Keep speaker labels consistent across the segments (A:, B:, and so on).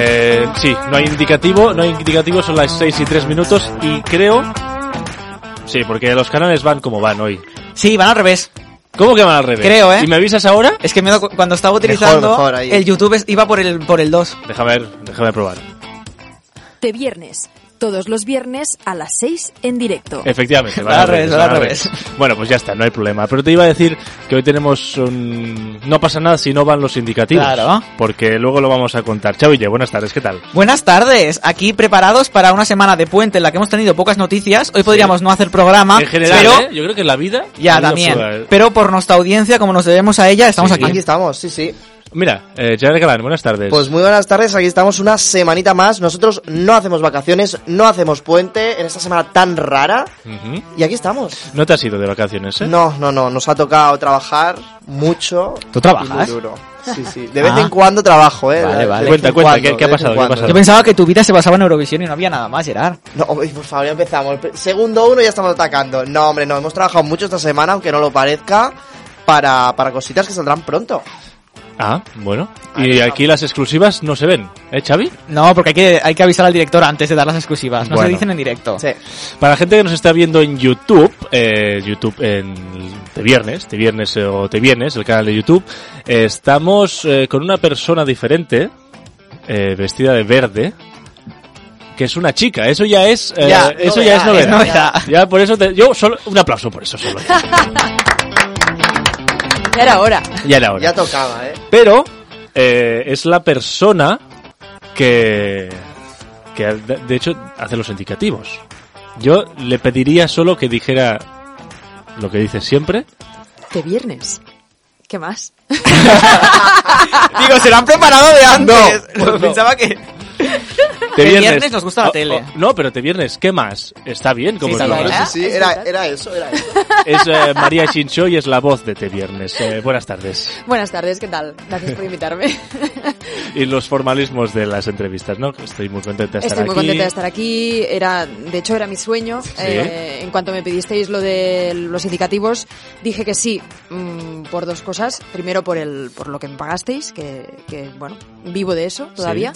A: Eh, sí, no hay indicativo, no hay indicativo, son las 6 y 3 minutos y creo... Sí, porque los canales van como van hoy.
B: Sí, van al revés.
A: ¿Cómo que van al revés?
B: Creo, ¿eh?
A: ¿Y me avisas ahora?
B: Es que me he dado cu- cuando estaba utilizando
C: mejor ahí.
B: el YouTube es- iba por el por el 2.
A: Déjame ver, déjame probar.
D: De viernes. Todos los viernes a las 6 en directo.
A: Eh. Efectivamente,
B: Al
A: van al
B: revés,
A: revés.
B: al
A: van al
B: revés.
A: revés. Bueno, pues ya está, no hay problema. Pero te iba a decir que hoy tenemos un... No pasa nada si no van los indicativos.
B: Claro.
A: Porque luego lo vamos a contar. Chaville, buenas tardes, ¿qué tal?
B: Buenas tardes, aquí preparados para una semana de puente en la que hemos tenido pocas noticias. Hoy podríamos no hacer programa,
A: en general,
B: Ah, pero
A: ¿eh? yo creo que la vida...
B: ya
A: la vida
B: también.
A: puede-
B: Pero por nuestra audiencia, como nos debemos a ella, estamos
A: Sí.
B: aquí.
C: Aquí estamos, sí, sí.
A: Mira, eh, Jared Galán, buenas tardes.
C: Pues muy buenas tardes, aquí estamos una semanita más. Nosotros no hacemos vacaciones, no hacemos puente en esta semana tan rara.
A: Ujú.
C: Y aquí estamos.
A: ¿No te has ido de vacaciones, eh?
C: No, no, no, nos ha tocado trabajar mucho.
B: ¿Tú trabajas?
C: y muy duro. Sí, sí. De vez
B: Ah.
C: en cuando trabajo, ¿eh?
B: Vale,
C: De
B: vale.
C: vez
A: Cuenta,
C: en
A: cuenta,
C: cuando,
A: ¿qué- qué ha
C: de vez en
A: pasado? ¿Qué ha
C: cuando.
A: pasado?
B: Yo pensaba que tu vida se basaba en Eurovisión y no había nada más, Gerard.
C: No, hombre, por favor, ya empezamos. Segundo uno ya estamos atacando. No, hombre, no, hemos trabajado mucho esta semana, aunque no lo parezca, para, para cositas que saldrán pronto.
A: Ah, bueno.
C: Ahí
A: y
C: está.
A: aquí las exclusivas no se ven, ¿eh, Xavi?
B: No, porque hay que, hay que avisar al director antes de dar las exclusivas. No se
A: Bueno.
B: dicen en directo.
C: Sí.
A: Para la gente que nos está viendo en YouTube, eh, YouTube en te viernes, te viernes eh, o te vienes, el canal de YouTube, eh, estamos eh, con una persona diferente, eh, vestida de verde, que es una chica. Eso ya es, eh,
C: Ya,
A: eso ya es
C: novedad,
A: novedad.
B: novedad.
A: Ya por eso te- yo solo un aplauso por eso solo.
D: Ya era hora.
A: ya era hora.
C: Ya tocaba, ¿eh?
A: Pero eh, es la persona que, que de de hecho hace los indicativos. Yo le pediría solo que dijera lo que dice siempre.
D: De viernes. ¿Qué más?
B: Digo, se lo han preparado de antes.
A: No, pues no.
B: Pensaba que.
A: Te Oh,
B: De viernes nos gusta la tele.
A: no, pero te viernes, ¿qué más? Está bien como
B: Sí,
A: lo
B: está bien,
A: haces.
C: Sí, sí,
D: ¿Es
C: era,
D: verdad?
C: era eso, era eso.
A: Es eh, María Shincho y es la voz de Te Viernes. Eh, buenas tardes.
D: Buenas tardes, ¿qué tal? Gracias por invitarme.
A: Y los formalismos de las entrevistas, ¿no? Estoy muy contenta de estar
D: Estoy muy
A: aquí.
D: contenta de estar aquí. Era, de hecho, era mi sueño. Eh, en cuanto me pedisteis lo de los indicativos, dije que sí mm, por dos cosas. Primero por el, por lo que me pagasteis, que, que, bueno, vivo de eso todavía.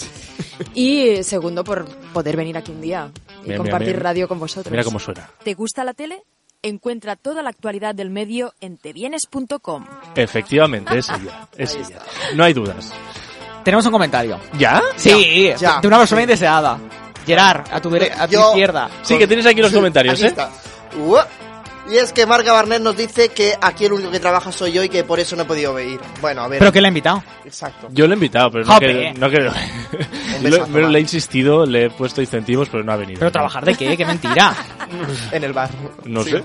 D: Y eh, segundo por poder venir aquí un día y
A: Mira, mira,
D: compartir
A: mira.
D: radio con vosotros.
A: Mira cómo suena.
E: ¿Te gusta la tele? Encuentra toda la actualidad del medio en tevienes.com.
A: Efectivamente, es ella. Es ella. No hay dudas.
B: Tenemos un comentario.
A: ¿Ya?
B: Sí,
C: Ya.
B: de una persona indeseada. Gerard, a tu, dere- a tu
C: Yo-
B: izquierda.
A: Sí, que tienes aquí los comentarios,
C: Aquí
A: ¿eh?
C: está. Ua. Y es que Marga Barnet nos dice que aquí el único que trabaja soy yo y que por eso no he podido venir. Bueno, a ver.
B: ¿Pero que la ha invitado?
C: Exacto.
A: Yo le he invitado, pero no
B: Jope.
A: que- no que-
C: Un
A: Lo-
C: besazo,
A: pero le
C: Marga.
A: he insistido, le he puesto incentivos, pero no ha venido.
B: ¿Pero trabajar de qué? ¡Qué mentira!
C: En el bar.
A: No
C: Sí.
A: sé.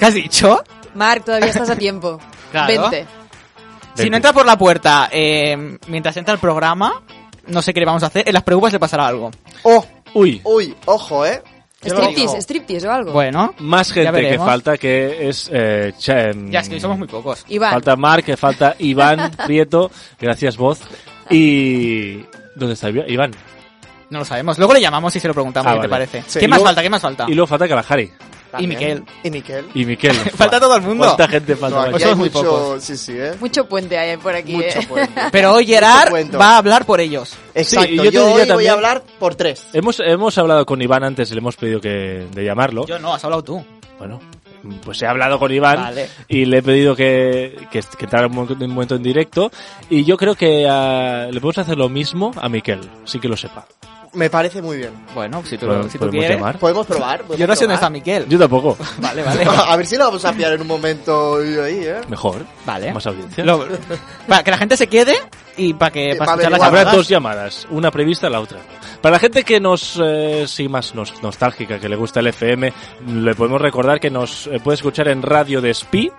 B: ¿Qué has dicho?
D: Marc, todavía estás a tiempo.
B: Claro.
D: Vente.
B: Si no entra por la puerta eh, mientras entra el programa, no sé qué le vamos a hacer. En las preguntas le pasará algo.
C: Oh,
A: Uy,
C: uy, ojo, ¿eh? Yo lo digo.
D: Striptease, striptease o algo.
B: Bueno,
A: más
B: Ya
A: gente que
B: veremos.
A: falta que es... eh, Cha- em,
B: ya es que hoy somos muy pocos.
D: Iván,
A: Falta Mark, que falta Iván Prieto. Gracias, voz. Y... ¿Dónde está Ivi- Iván?
B: No lo sabemos. Luego le llamamos y se lo preguntamos,
A: Ah,
B: ¿qué te
A: vale.
B: parece?
C: Sí,
B: ¿Qué
C: y
B: más
A: luego-
B: falta? ¿Qué más falta?
A: Y luego falta Kalahari.
B: Y
C: También.
B: Miquel.
C: Y Miquel.
A: Y Miquel.
B: Falta todo el mundo.
A: ¿Cuánta gente falta?
C: No,
A: por
C: aquí
A: aquí?
C: hay
B: somos muy
C: mucho... Sí, sí, ¿eh?
D: mucho puente hay por aquí. eh.
C: Mucho puente.
B: Pero hoy Gerard
C: Mucho cuento.
B: va a hablar por ellos.
C: Exacto.
A: y yo
C: yo
A: te diría
C: hoy voy
A: también-
C: a hablar por tres.
A: Hemos, hemos hablado con Iván antes, le hemos pedido que, de llamarlo.
B: Yo no, has hablado tú.
A: Bueno, pues he hablado con Iván
B: Vale.
A: y le he pedido que, que, que entrara un momento, un momento en directo. Y yo creo que ah, le podemos hacer lo mismo a Miquel, sí que lo sepa.
C: Me parece muy bien.
B: Bueno, si tú,
A: Bueno,
B: si tú
A: ¿podemos
B: quieres. pues-
A: llamar?
C: Podemos probar. podemos
B: Yo no sé dónde está
C: probar.
B: Miquel.
A: Yo tampoco.
B: Vale, vale.
C: A ver si lo vamos a pillar en un momento y ahí, ¿eh?
A: Mejor.
B: Vale.
A: Más audiencia.
B: Lo- para que la gente se quede y para que
C: Eh,
B: para
C: va a
B: escuchar las
C: averiguar,
A: Habrá
C: ¿verdad?
A: dos llamadas, una prevista, la otra. no. Para la gente que nos, eh, sí, más nos- nostálgica, que le gusta el FM, le podemos recordar que nos eh, puede escuchar en Radio de Spi,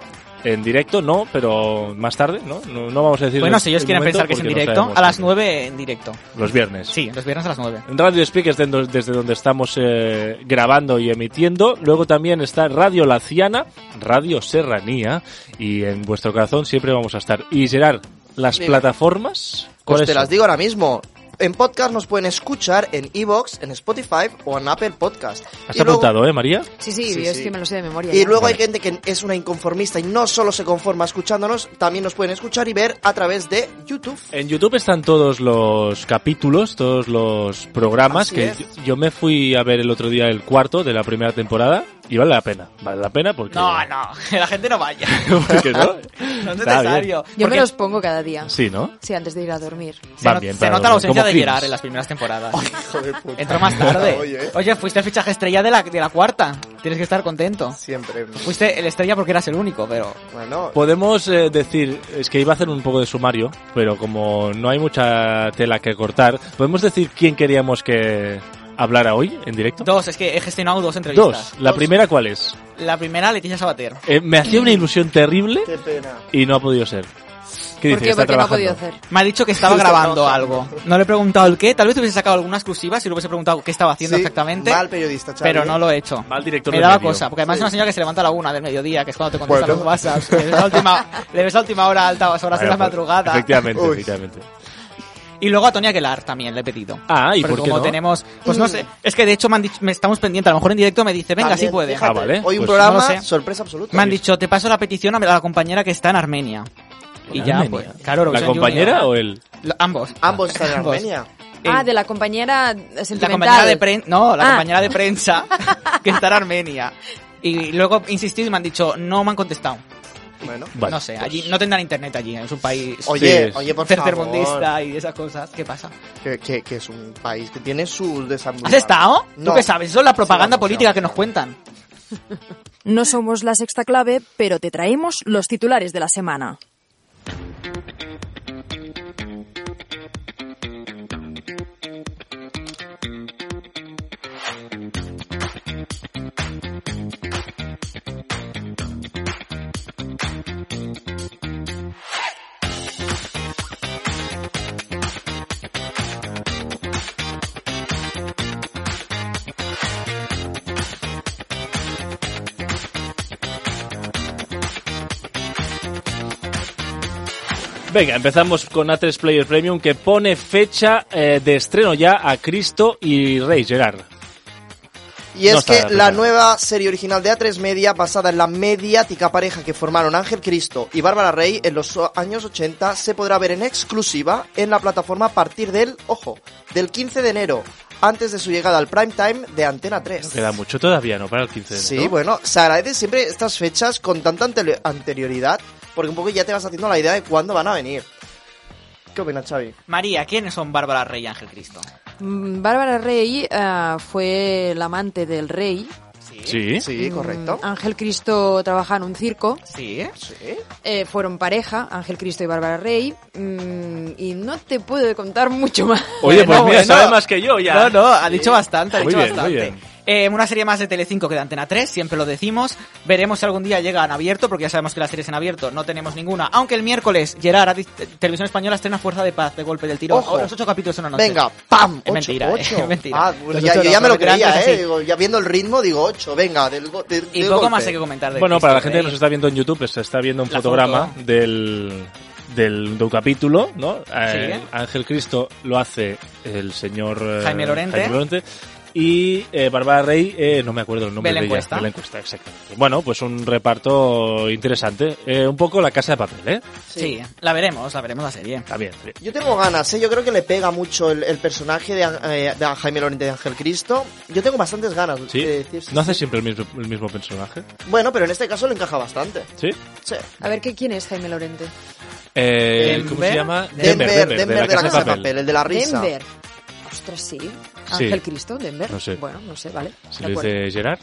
A: en directo, no, pero más tarde, ¿no? No, no vamos a decir.
B: Bueno,
A: el-
B: si ellos
A: el
B: quieren
A: momento
B: pensar que es en
A: porque no
B: directo,
A: sabemos.
B: a las 9 en directo.
A: Los viernes.
B: Sí, los viernes a las 9.
A: Radio Speak es dendo- desde donde estamos eh, grabando y emitiendo. Luego también está Radio Laciana, Radio Serranía. Y en vuestro corazón siempre vamos a estar. Y Gerard, las
C: Dime.
A: plataformas.
C: Pues
A: ¿cuáles
C: te las
A: son?
C: digo ahora mismo. En podcast nos pueden escuchar en Evox, en Spotify o en Apple Podcast.
A: Has
C: Y luego-
A: apuntado, ¿eh, María?
D: Sí, sí,
C: Sí,
D: yo es
C: sí.
D: que me lo sé de memoria. ¿eh?
C: Y
D: ya.
C: luego hay gente que es una inconformista y no solo se conforma escuchándonos, también nos pueden escuchar y ver a través de YouTube.
A: En YouTube están todos los capítulos, todos los programas
C: Así
A: que
C: es.
A: yo, yo me fui a ver el otro día el cuarto de la primera temporada y vale la pena, vale la pena porque
B: No, no, la gente no vaya.
A: porque no,
B: No es
A: Está bien.
B: necesario.
D: Yo me
B: Porque
D: los pongo cada día.
A: Sí, ¿no?
D: Sí, antes de ir a dormir.
B: se,
A: Van
B: no-
A: bien
B: se
A: para
B: nota la
A: dormir,
B: ausencia
A: como
B: de
A: Crims.
B: Gerard en las primeras temporadas.
C: Hijo de puta.
B: Entró más tarde.
C: Oye,
B: Oye, fuiste el fichaje estrella de la, de la cuarta. Tienes que estar contento.
C: siempre.
B: Fuiste el estrella porque eras el único, pero...
C: Bueno,
A: Podemos eh, decir, es que iba a hacer un poco de sumario, pero como no hay mucha tela que cortar, podemos decir quién queríamos que hablara hoy en directo.
B: Dos, es que he gestionado dos entrevistas.
A: Dos. La primera cuál es?
B: La primera, Leticia Sabater.
A: Eh, me hacía una ilusión terrible
C: qué pena.
A: y no ha podido ser. ¿Qué
D: ¿Por
A: dice?
D: qué?
A: Está
D: Porque no ha
A: trabajando.
D: podido hacer.
B: Me ha dicho que estaba
C: Está
B: grabando
C: trabajando.
B: algo. No le he preguntado el qué. Tal vez hubiese sacado alguna exclusiva si le hubiese preguntado qué estaba haciendo
C: Sí,
B: exactamente.
C: Mal periodista, Xavi. ¿eh?
B: pero no lo he hecho.
A: Mal director
B: Me
A: del
B: daba
A: medio.
B: cosa, porque además
C: Sí.
B: es una señora que se levanta a la una del mediodía, que es cuando te contestan
C: Bueno.
B: los WhatsApps. Le ves la última, le ves la última hora, altas horas de
A: Vaya,
B: la
A: pues,
B: madrugada.
A: Efectivamente,
C: Uy.
A: efectivamente.
B: Y luego a Tony Aguilar también le he pedido.
A: Ah, ¿y
B: Porque
A: por qué
B: como
A: no?
B: tenemos, pues no sé, es que de hecho me han dicho, me estamos pendientes, a lo mejor en directo me dice, venga,
C: También,
B: sí puede.
C: fíjate,
A: Ah, vale,
C: Hoy un
A: pues
C: programa,
B: no lo sé.
C: sorpresa absoluta.
B: Me han dicho, te paso la petición a la compañera que está en Armenia. Y
A: ¿En
B: ya,
A: Armenia?
B: pues, claro,
A: ¿La
B: Robson
A: compañera
B: Jr.
A: o él?
B: Lo- ambos.
C: Ambos están en
B: Ambos.
C: Armenia.
D: Ah,
B: Eh,
D: de la compañera
B: La
D: sentimental.
B: compañera de prensa, no, la
D: Ah.
B: compañera de prensa que está en Armenia. Y luego he insistido y me han dicho, no me han contestado.
C: Bueno.
A: Vale,
B: no sé,
A: pues-
B: allí no tendrán internet allí, es un país
C: Oye,
A: sí.
C: oye, por favor.
B: tercermundista y esas cosas. ¿Qué pasa?
C: Que, que, que es un país que tiene sus desarrollos.
B: ¿Has estado?
C: No.
B: ¿Tú qué sabes? Eso es la propaganda
C: Sí, vamos,
B: política
C: vamos.
B: que nos cuentan.
E: No somos la sexta clave, pero te traemos los titulares de la semana.
A: Venga, empezamos con A3 Player Premium que pone fecha eh, de estreno ya a Cristo y Rey Gerard.
C: Y es
A: No está
C: que
A: nada
C: la
A: preparado.
C: nueva serie original de A3 Media, basada en la mediática pareja que formaron Ángel Cristo y Bárbara Rey en los o- años 80, se podrá ver en exclusiva en la plataforma a partir del, ojo, del 15 de enero, antes de su llegada al prime time de Antena 3.
A: Queda mucho todavía, ¿no? Para el 15 de
C: Sí,
A: enero.
C: bueno, se agradece siempre estas fechas con tanta antele- anterioridad, porque un poco ya te vas haciendo la idea de cuándo van a venir. ¿Qué opinas, Xavi?
B: María, ¿quiénes son Bárbara Rey y Ángel Cristo?
D: Mm, Bárbara Rey ah, fue la amante del rey.
A: Sí.
C: Sí, correcto.
D: Mm, Ángel Cristo trabaja en un circo.
B: Sí.
C: Sí.
D: Eh, fueron pareja, Ángel Cristo y Bárbara Rey. Mm, y no te puedo contar mucho más.
A: Oye, pues
B: Bueno,
A: mira,
B: bueno.
A: sabe más que yo ya.
B: No, no, ha dicho bastante, ha
A: Muy
B: dicho
A: bien, muy
B: bastante. Eh, una serie más de Telecinco que de Antena 3, siempre lo decimos. Veremos si algún día llega en abierto, porque ya sabemos que las series en abierto no tenemos ninguna. Aunque el miércoles, Gerard, ha dicho- Televisión Española estrena Fuerza de Paz de golpe del tirón.
C: Ojo.
B: Los ocho capítulos en una noche.
C: Venga, ¡pam!
B: Es
C: ocho,
B: mentira, eh,
C: ocho.
B: es mentira.
C: Ah, pues
B: Los
C: ya,
B: ocho
C: yo
B: no,
C: ya me lo
B: pero eran
C: creía,
B: tres
C: ¿eh?
B: así.
C: Digo, ya viendo el ritmo, digo 8, venga, del, go- del,
B: Y
C: del
B: poco
C: golpe.
B: más hay que comentar de
A: Bueno, para la
B: Cristo ¿eh?
A: gente que
B: Rey.
A: nos está viendo en YouTube, pues, se está viendo un
B: La
A: fotograma
B: foto.
A: del del do capítulo, ¿no? Eh,
B: Sí.
A: Ángel Cristo lo hace el señor eh,
B: Jaime Lorente.
A: Jaime Y eh, Bárbara Rey, eh, no me acuerdo el nombre
B: Belén
A: de ella.
B: Cuesta.
A: Belén Cuesta, exactamente. Bueno, pues un reparto interesante. Eh, un poco la casa de papel, ¿eh?
B: Sí, la veremos, la veremos la serie.
A: Está bien, está bien.
C: Yo tengo ganas, ¿eh? Yo creo que le pega mucho el, el personaje de, An- eh, de Jaime Lorente de Ángel Cristo. Yo tengo bastantes ganas
A: ¿Sí?
C: de decir. sí,
A: ¿No hace
C: sí.
A: siempre el mismo, el mismo personaje?
C: Bueno, pero en este caso le encaja bastante.
A: ¿Sí?
C: Sí.
D: A ver, ¿qué, ¿quién es Jaime Lorente?
A: Eh, ¿Cómo
B: Denver.
A: se llama?
C: Denver, Denver, de la Casa de Papel, el de la risa.
D: Denver. Ostras, sí.
A: Sí.
D: Ángel Cristo, Denver.
A: No sé.
D: Bueno, no sé, vale.
A: Si
D: de
A: lo
D: acuerdo.
A: dice Gerard.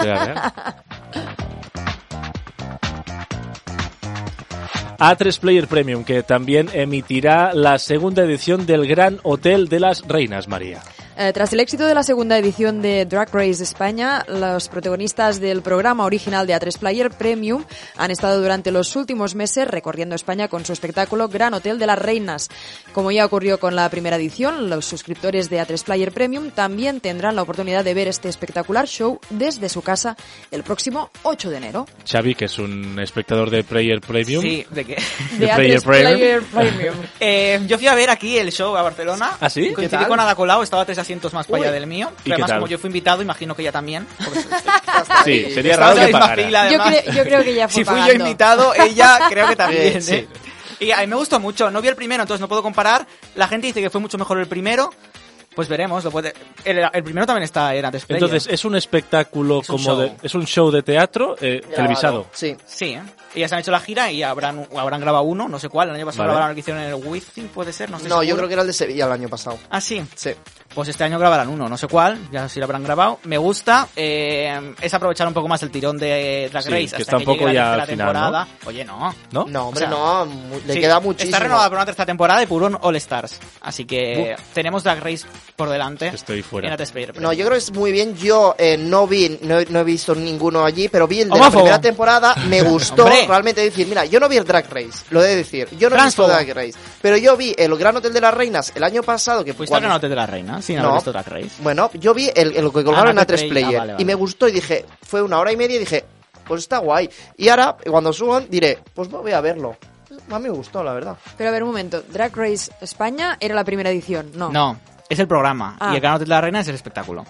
A: Gerard, ¿eh? A3 Player Premium, que también emitirá la segunda edición del Gran Hotel de las Reinas, María.
D: Eh, tras el éxito de la segunda edición de Drag Race España, los protagonistas del programa original de A3 Player Premium han estado durante los últimos meses recorriendo España con su espectáculo Gran Hotel de las Reinas. Como ya ocurrió con la primera edición, los suscriptores de A3 Player Premium también tendrán la oportunidad de ver este espectacular show desde su casa el próximo 8 de enero.
A: Xavi, que es un espectador de Player Premium.
B: Sí, de que.
A: De Player Premium.
D: Premium.
B: Eh, yo fui a ver aquí el show a Barcelona.
A: ¿Ah, sí?
C: ¿Qué
B: Coincidí
C: tal?
B: con Ada Colau, estaba tres asientos más para
C: Uy.
B: allá del mío.
A: qué
B: Pero además,
A: tal?
B: como yo fui invitado, imagino que ella también. porque
A: Sí, sería
B: estaba
A: raro
B: en
A: que
B: la misma fila,
A: pagara.
D: Yo,
B: además.
D: creo, yo creo que ya
B: Si
D: fue
B: fui yo
D: pagando.
B: invitado, ella creo que también.
C: Eh, sí.
B: ¿eh? Y a mí me gustó mucho. No vi el primero, entonces no puedo comparar. La gente dice que fue mucho mejor el primero. Pues veremos. Lo puede... el, el primero también está era antes.
A: Entonces, eh, es un espectáculo
B: un
A: como de...
B: show.
A: Es un show de teatro eh, televisado.
C: Sí.
B: Sí, ¿eh? Y ya se han hecho la gira y habrán, habrán grabado uno, no sé cuál. El año pasado
A: Vale.
B: grabaron el que hicieron en el Wizzing, puede ser, no sé.
C: No, yo creo que era el de Sevilla el año pasado.
B: Ah, sí.
C: Sí.
B: Pues este año grabarán uno, no sé cuál, ya si lo habrán grabado. Me gusta, eh, es aprovechar un poco más el tirón de Drag
A: Sí,
B: Race.
A: que
B: hasta
A: está un poco
B: llegue
A: ya
B: la tercera
A: al final,
B: temporada. Oye, no.
A: ¿No?
C: No, hombre,
B: O sea,
C: no. mu- Le
B: Sí,
C: queda muchísimo.
B: Está renovada por una tercera temporada y por un All Stars. Así que tenemos Drag Race por delante.
A: Estoy fuera.
B: Y no te esperes, pero-
C: No, yo creo que es muy bien. Yo eh, no vi, no, no he visto ninguno allí, pero vi el de
B: Homófobo.
C: la primera temporada. Me gustó
B: Hombre.
C: realmente decir, mira, yo no vi el Drag Race, lo he de decir. Yo no he visto
B: Transfobo.
C: Drag Race, pero yo vi el Gran Hotel de las Reinas el año pasado que
B: Fuiste al
C: cuando-
B: Gran Hotel de la Reina sin
C: No.
B: haber visto Drag Race.
C: Bueno, yo vi el, el que colgaron
B: Ah,
C: en A3
B: Play.
C: Player
B: Ah, vale, vale.
C: y me gustó y dije, fue una hora y media y dije, pues está guay. Y ahora, cuando suban, diré, pues voy a verlo. A mí me gustó, la verdad.
D: Pero a ver, un momento. Drag Race España era la primera edición, ¿no?
B: No, es el programa.
D: Ah.
B: Y el Gran Hotel de la Reina es el espectáculo.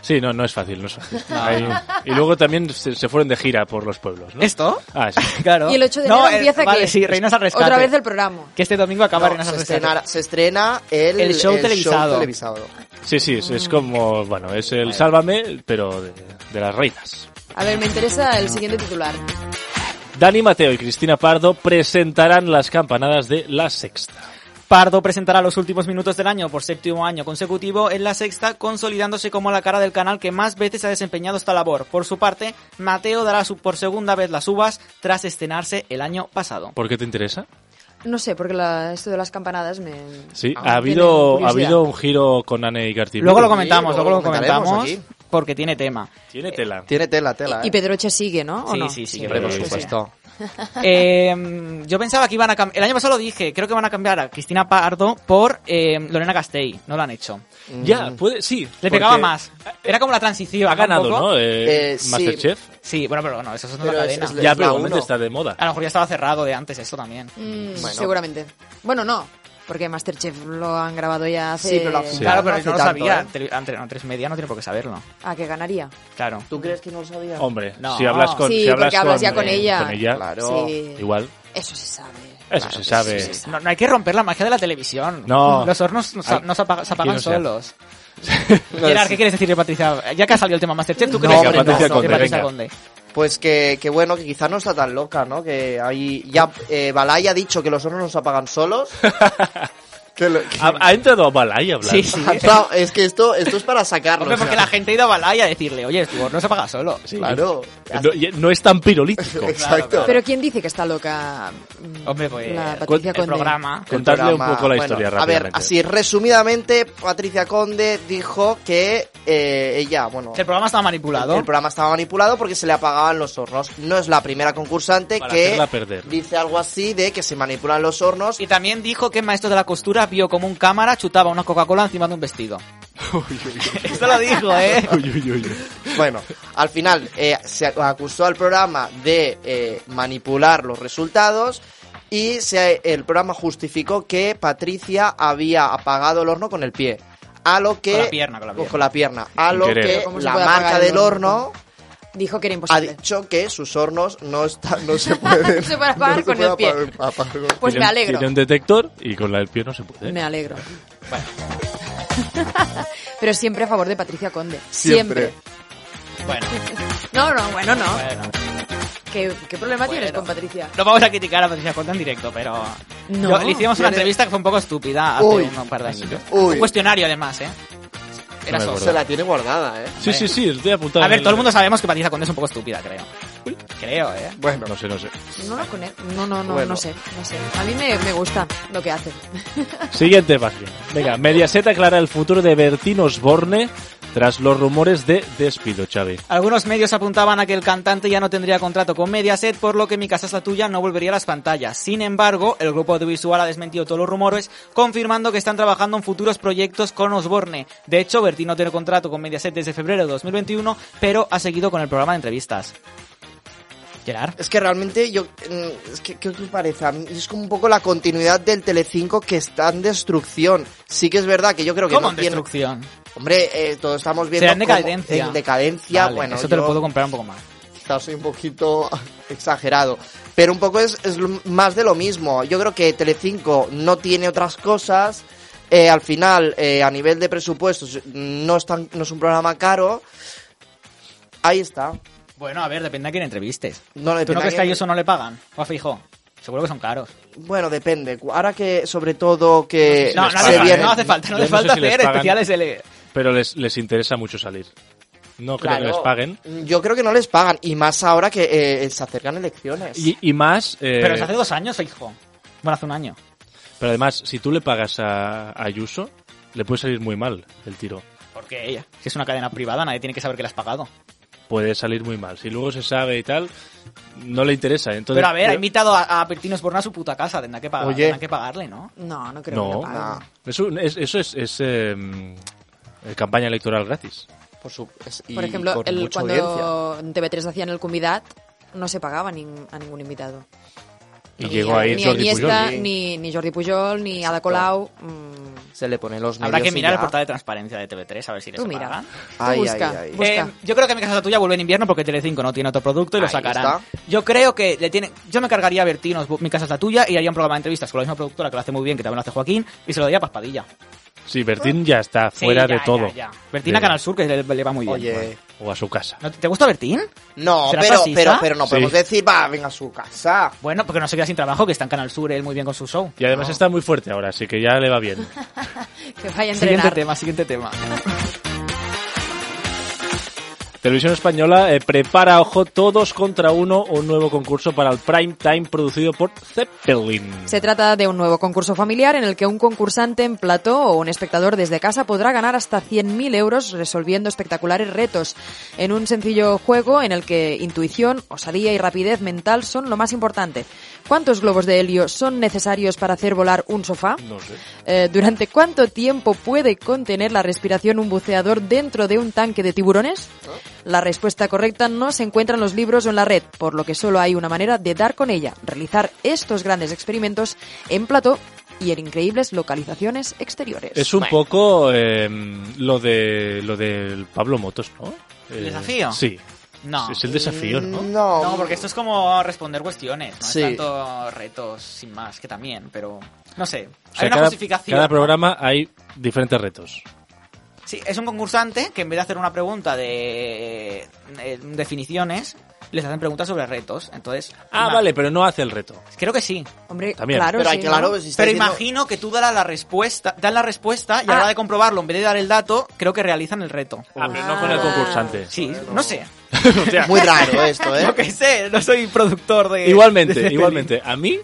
A: Sí, no, no es fácil, no es fácil. Ahí- Y luego también se, se fueron de gira por los pueblos, ¿no?
B: ¿Esto?
A: Ah, sí.
B: Claro.
D: Y el 8 de
B: No,
D: enero
B: el-
D: empieza
B: vale,
D: que
B: sí, Reinas al Rescate.
D: otra vez el programa.
B: Que este domingo acaba
C: No,
B: Reinas
C: se,
B: al Rescate.
C: estrenará- se estrena el,
B: El show televisado.
C: televisado.
A: Sí, sí, es, es como, bueno, es el Sálvame, pero de, de las reinas.
D: A ver, me interesa el siguiente titular.
A: Dani Mateo y Cristina Pardo presentarán las campanadas de La Sexta.
B: Pardo presentará los últimos minutos del año por séptimo año consecutivo en la sexta, consolidándose como la cara del canal que más veces ha desempeñado esta labor. Por su parte, Mateo dará su, por segunda vez las uvas tras estrenarse el año pasado.
A: ¿Por qué te interesa?
D: No sé, porque la- esto de las campanadas me...
A: Sí, ha
D: Ah,
A: habido,
D: tiene
A: ha
D: curiosidad.
A: habido un giro con Anne y Gartibay.
B: Luego lo
C: com-
B: comentamos,
C: Sí,
B: luego lo
C: lo comentaremos
B: comentamos,
C: aquí.
B: porque tiene tema.
A: Tiene tela.
C: Tiene tela, tela.
D: Y
C: ¿eh?
D: Pedroche sigue, ¿no? ¿O
B: Sí,
D: no?
B: sí, sí,
A: Hombre, por
C: por supuesto.
B: Eh, yo pensaba que iban a cambiar. El año pasado lo dije, creo que van a cambiar a Cristina Pardo por eh, Lorena Castell. No lo han hecho.
C: eh.
A: Ya,
C: Mm.
A: puede, sí.
B: Le
A: porque
B: pegaba más. Era como la transición.
A: Ha ganado,
B: un poco.
A: ¿no? Eh,
C: Eh, sí.
A: Masterchef.
B: Sí, bueno, pero no, eso es otra
C: Pero es-
B: cadena.
C: es la-
A: Ya, pero
C: la
A: igualmente
C: uno.
A: está de moda.
B: A lo mejor ya estaba cerrado de antes eso también.
D: Mm,
C: Bueno.
D: Seguramente. Bueno, no, porque Masterchef lo han grabado ya hace...
C: Sí, pero la final-
B: pues, Claro,
C: no
B: pero
C: hace
B: no lo
C: tanto,
B: sabía.
C: ¿eh?
B: Tele- Ante no, tres media no tiene por qué saberlo.
D: Ah, que ganaría.
B: Claro.
C: ¿Tú crees que no lo sabía?
A: Hombre,
B: No.
A: si hablas con...
D: Sí,
A: si hablas
D: porque hablas ya
A: con,
D: con
A: eh,
D: ella.
A: con ella,
C: Claro.
D: Sí.
A: igual.
D: Eso se sabe.
A: Eso se sabe.
D: eso se sabe.
B: No, no hay que romper la magia de la televisión.
A: No.
B: Los hornos no, se- no se, apaga-
A: Aquí
B: se apagan
A: no Pues se
B: solos. Gerard, ¿qué quieres decirle, Patricia? Ya que ha salido el tema Masterchef, ¿tú qué
C: No,
B: crees
C: hombre,
B: que
C: Patricia
B: de
C: Conde,
B: Patricia
A: venga.
B: Conde?
C: Pues que, que bueno, que quizás no está tan loca, ¿no? Que ahí ya eh, Balay ha dicho que los hornos nos apagan solos. que lo- que-
A: Ha, ha entrado Balay a hablar.
B: Sí, sí.
C: No, es que esto, esto es para sacarlo.
B: Hombre,
C: o sea,
B: porque la gente ha ido a Balay a decirle, oye, tu horno se apaga solo.
C: Claro.
A: No, y- no es tan pirolítico.
C: Exacto.
D: Pero ¿quién dice que está loca? Mm,
B: Hombre, pues
D: La Patricia
B: el
D: Conde.
B: programa.
A: Contarle
C: El
A: un
C: programa-
A: poco la
C: bueno,
A: historia
C: A ver,
A: rápidamente.
C: así resumidamente, Patricia Conde dijo que eh, ella, bueno,
B: El programa estaba
C: el,
B: manipulado.
C: programa estaba manipulado porque se le apagaban los hornos. No es la primera concursante
A: Para
C: que
A: hacerla perder.
C: dice algo así de que se manipulan los hornos.
B: y también dijo que el maestro de la costura vio como un cámara chutaba una Coca-Cola encima de un vestido. Esto lo dijo, ¿eh?
A: Uy, uy, uy.
C: Bueno, al final eh, se acusó al programa de eh, manipular los resultados y se- el programa justificó que Patricia había apagado el horno con el pie. A lo que,
B: Con la pierna, con la pierna.
C: pierna. A lo
A: querer.
C: que
D: Pero ¿cómo se
C: la
D: puede
C: marca
D: apagar el
C: del horno
D: horno? Dijo que era
C: ha
D: imposible.
C: dicho que sus hornos no, están, no se pueden
D: No se puede apagar con el pie.
C: apagar- apagar con-
D: Pues me
A: Tiene-
D: alegro.
A: Tiene un detector y con la del pie no se puede.
D: Me alegro. Pero siempre a favor de Patricia Conde.
C: Siempre.
D: Siempre.
B: Bueno,
D: No, no, bueno, no.
B: bueno.
D: ¿Qué, qué problema tienes
B: Bueno.
D: con Patricia?
B: No vamos a criticar a Patricia Conde en directo, pero
D: No.
B: Yo- le hicimos una
C: Tiene-
B: entrevista que fue un poco estúpida hace
C: Uy.
B: un par de años.
C: Uy.
B: Un cuestionario, además, ¿eh? Era
A: No me
B: soso.
C: Se la tiene guardada, ¿eh?
A: Sí, sí, sí, estoy apuntado.
B: A ver,
A: en
B: todo el mundo sabemos que Patricia Conde es un poco estúpida, creo. Creo, ¿eh?
C: Bueno,
A: No sé, no sé.
D: No lo conecto. No, no, no,
C: Bueno.
D: no sé, no sé. A mí me, me gusta lo que hace.
A: Siguiente página. Venga, Mediaset aclara el futuro de Bertín Osborne tras los rumores de despido, Xavi.
B: Algunos medios apuntaban a que el cantante ya no tendría contrato con Mediaset, por lo que Mi casa es la tuya no volvería a las pantallas. Sin embargo, el grupo audiovisual ha desmentido todos los rumores, confirmando que están trabajando en futuros proyectos con Osborne. De hecho, Bertino tiene contrato con Mediaset desde febrero de 2021, pero ha seguido con el programa de entrevistas. Gerard.
C: Es que realmente yo... mm, Es que, ¿Qué os parece? A mí es como un poco la continuidad del Telecinco que está en destrucción. Sí que es verdad que yo creo que
B: ¿Cómo
C: no
B: en
C: tiene-
B: destrucción?
C: Hombre, eh, todos estamos viendo...
B: Será en
C: cómo-
B: decadencia.
C: en decadencia,
B: Vale,
C: bueno,
B: eso te lo
C: yo-
B: puedo comprar un poco más.
C: quizás soy un poquito exagerado, pero un poco es, es más de lo mismo. Yo creo que Telecinco no tiene otras cosas. eh, al final, eh, a nivel de presupuestos, mm, no es, tan- no es un programa caro. Ahí está.
B: Bueno, a ver, depende a quién entrevistes.
C: No, depende
B: ¿Tú no
C: a
B: crees que a
C: quién-
B: ellos no le pagan? O a Fijo. Seguro que son caros.
C: Bueno, depende. Ahora que, sobre todo, que
B: No, no,
A: les
C: se
B: hace,
A: pagan,
B: falta,
C: viene-
B: no hace falta, no
A: Yo
B: les
A: no sé
B: falta
A: si les
B: hacer
A: pagan.
B: especiales L.
A: Pero les, les interesa mucho salir. No creo
C: Claro,
A: que les paguen.
C: Mm, Yo creo que no les pagan. Y más ahora que eh, se acercan elecciones.
A: Y, y más... eh,
B: Pero es hace dos años, Fijo. Bueno, hace un año.
A: pero además, si tú le pagas a, a Ayuso, le puede salir muy mal el tiro.
B: Porque ella, si es una cadena privada, nadie tiene que saber que la has pagado.
A: Puede salir muy mal. Si luego se sabe y tal, no le interesa. Entonces, eh,
B: Pero a ver, ha
A: creo-
B: invitado a, a Bertino Osborne a su puta casa, tendrá que, pagar,
C: Oye.
B: tendrá que pagarle, ¿no?
D: No, no creo que
A: No,
D: lo pague.
C: Ah,
A: eso es, eso es, es, eh, mm, eh, campaña electoral gratis.
C: por, su- es- y
D: Por ejemplo,
C: con
D: el,
C: mucha
D: cuando
C: audiencia.
D: en TV3 hacían el convidat, no se pagaba nin- a ningún invitado.
A: Y
D: Ni
A: llegó
D: a-
A: ahí
D: ni
A: Jordi
D: a Iniesta,
A: Pujol.
C: Sí.
D: Ni, ni Jordi Pujol, ni Ada Colau. mm,
C: Se le ponen los medios.
B: Habrá que
C: y
B: mirar el
C: Pues ya.
B: portal de transparencia de TV3 a ver si les
D: tú mira.
B: pagan.
D: Tú
C: Ay, ay,
D: busca.
C: ay.
D: busca.
B: Eh, yo creo que mi casa es la tuya vuelve en invierno porque Telecinco no tiene otro producto y lo
C: Ahí
B: sacarán.
C: está.
B: Yo creo que le tienen, yo me cargaría a Bertino, mi casa es la tuya y haría un programa de entrevistas con la misma productora que lo hace muy bien, que también lo hace Joaquín, y se lo daría a Paspadilla.
A: Sí, Bertín ya está fuera de todo.
B: Bertín a
A: De-
B: Canal Sur, que le, le va muy bien.
C: Oye.
A: O a su casa.
B: ¿No te- ¿Te gusta Bertín?
C: No,
B: ¿Será
C: pero,
B: fascista?
C: pero, pero no
A: Sí.
C: podemos decir, va, venga a su casa.
B: Bueno, porque no se queda sin trabajo, que está en Canal Sur él muy bien con su show.
A: Y además
C: No.
A: está muy fuerte ahora, así que ya le va bien.
D: Que vaya a
B: Siguiente
D: entrenar.
B: tema, siguiente tema.
A: Televisión Española eh, prepara, ojo, todos contra uno, un nuevo concurso para el prime time producido por Zeppelin.
D: Se trata de un nuevo concurso familiar en el que un concursante en plató o un espectador desde casa podrá ganar hasta 100.000 euros resolviendo espectaculares retos en un sencillo juego en el que intuición, osadía y rapidez mental son lo más importante. ¿Cuántos globos de helio son necesarios para hacer volar un sofá?
A: No sé.
D: Eh, ¿Durante cuánto tiempo puede contener la respiración un buceador dentro de un tanque de tiburones? La respuesta correcta no se encuentra en los libros o en la red, por lo que solo hay una manera de dar con ella, realizar estos grandes experimentos en plató y en increíbles localizaciones exteriores.
A: Es un
D: Bueno,
A: poco eh, lo de lo del Pablo Motos, ¿no?
B: ¿El
A: Eh,
B: desafío?
A: Sí.
B: No.
A: Es el desafío, Mm, ¿no?
C: Mm, No,
B: No, porque esto es como responder cuestiones, no
C: Sí.
B: es tanto retos sin más, que también, pero no sé.
A: O
B: hay
A: sea,
B: una
A: cada,
B: justificación.
A: cada
B: ¿no?
A: programa hay diferentes retos.
B: Sí, es un concursante que en vez de hacer una pregunta de eh, definiciones, les hacen preguntas sobre retos. Entonces,
A: Ah,
B: ima-
A: vale, pero no hace el reto.
B: Creo que sí.
D: Hombre,
A: también.
D: claro,
C: Pero hay
D: sí,
C: que, claro,
D: ¿no?
C: si estáis
B: Pero
C: diciendo-
B: imagino que tú darás la respuesta, dan la respuesta y a
D: Ah.
B: la hora de comprobarlo, en vez de dar el dato, creo que realizan el reto.
A: Ah, pero no con el concursante.
B: Sí, no sé.
C: Muy raro esto, ¿eh?
B: Yo qué sé, no soy productor de. de
A: Igualmente,
B: Zeppelin.
A: igualmente. A mí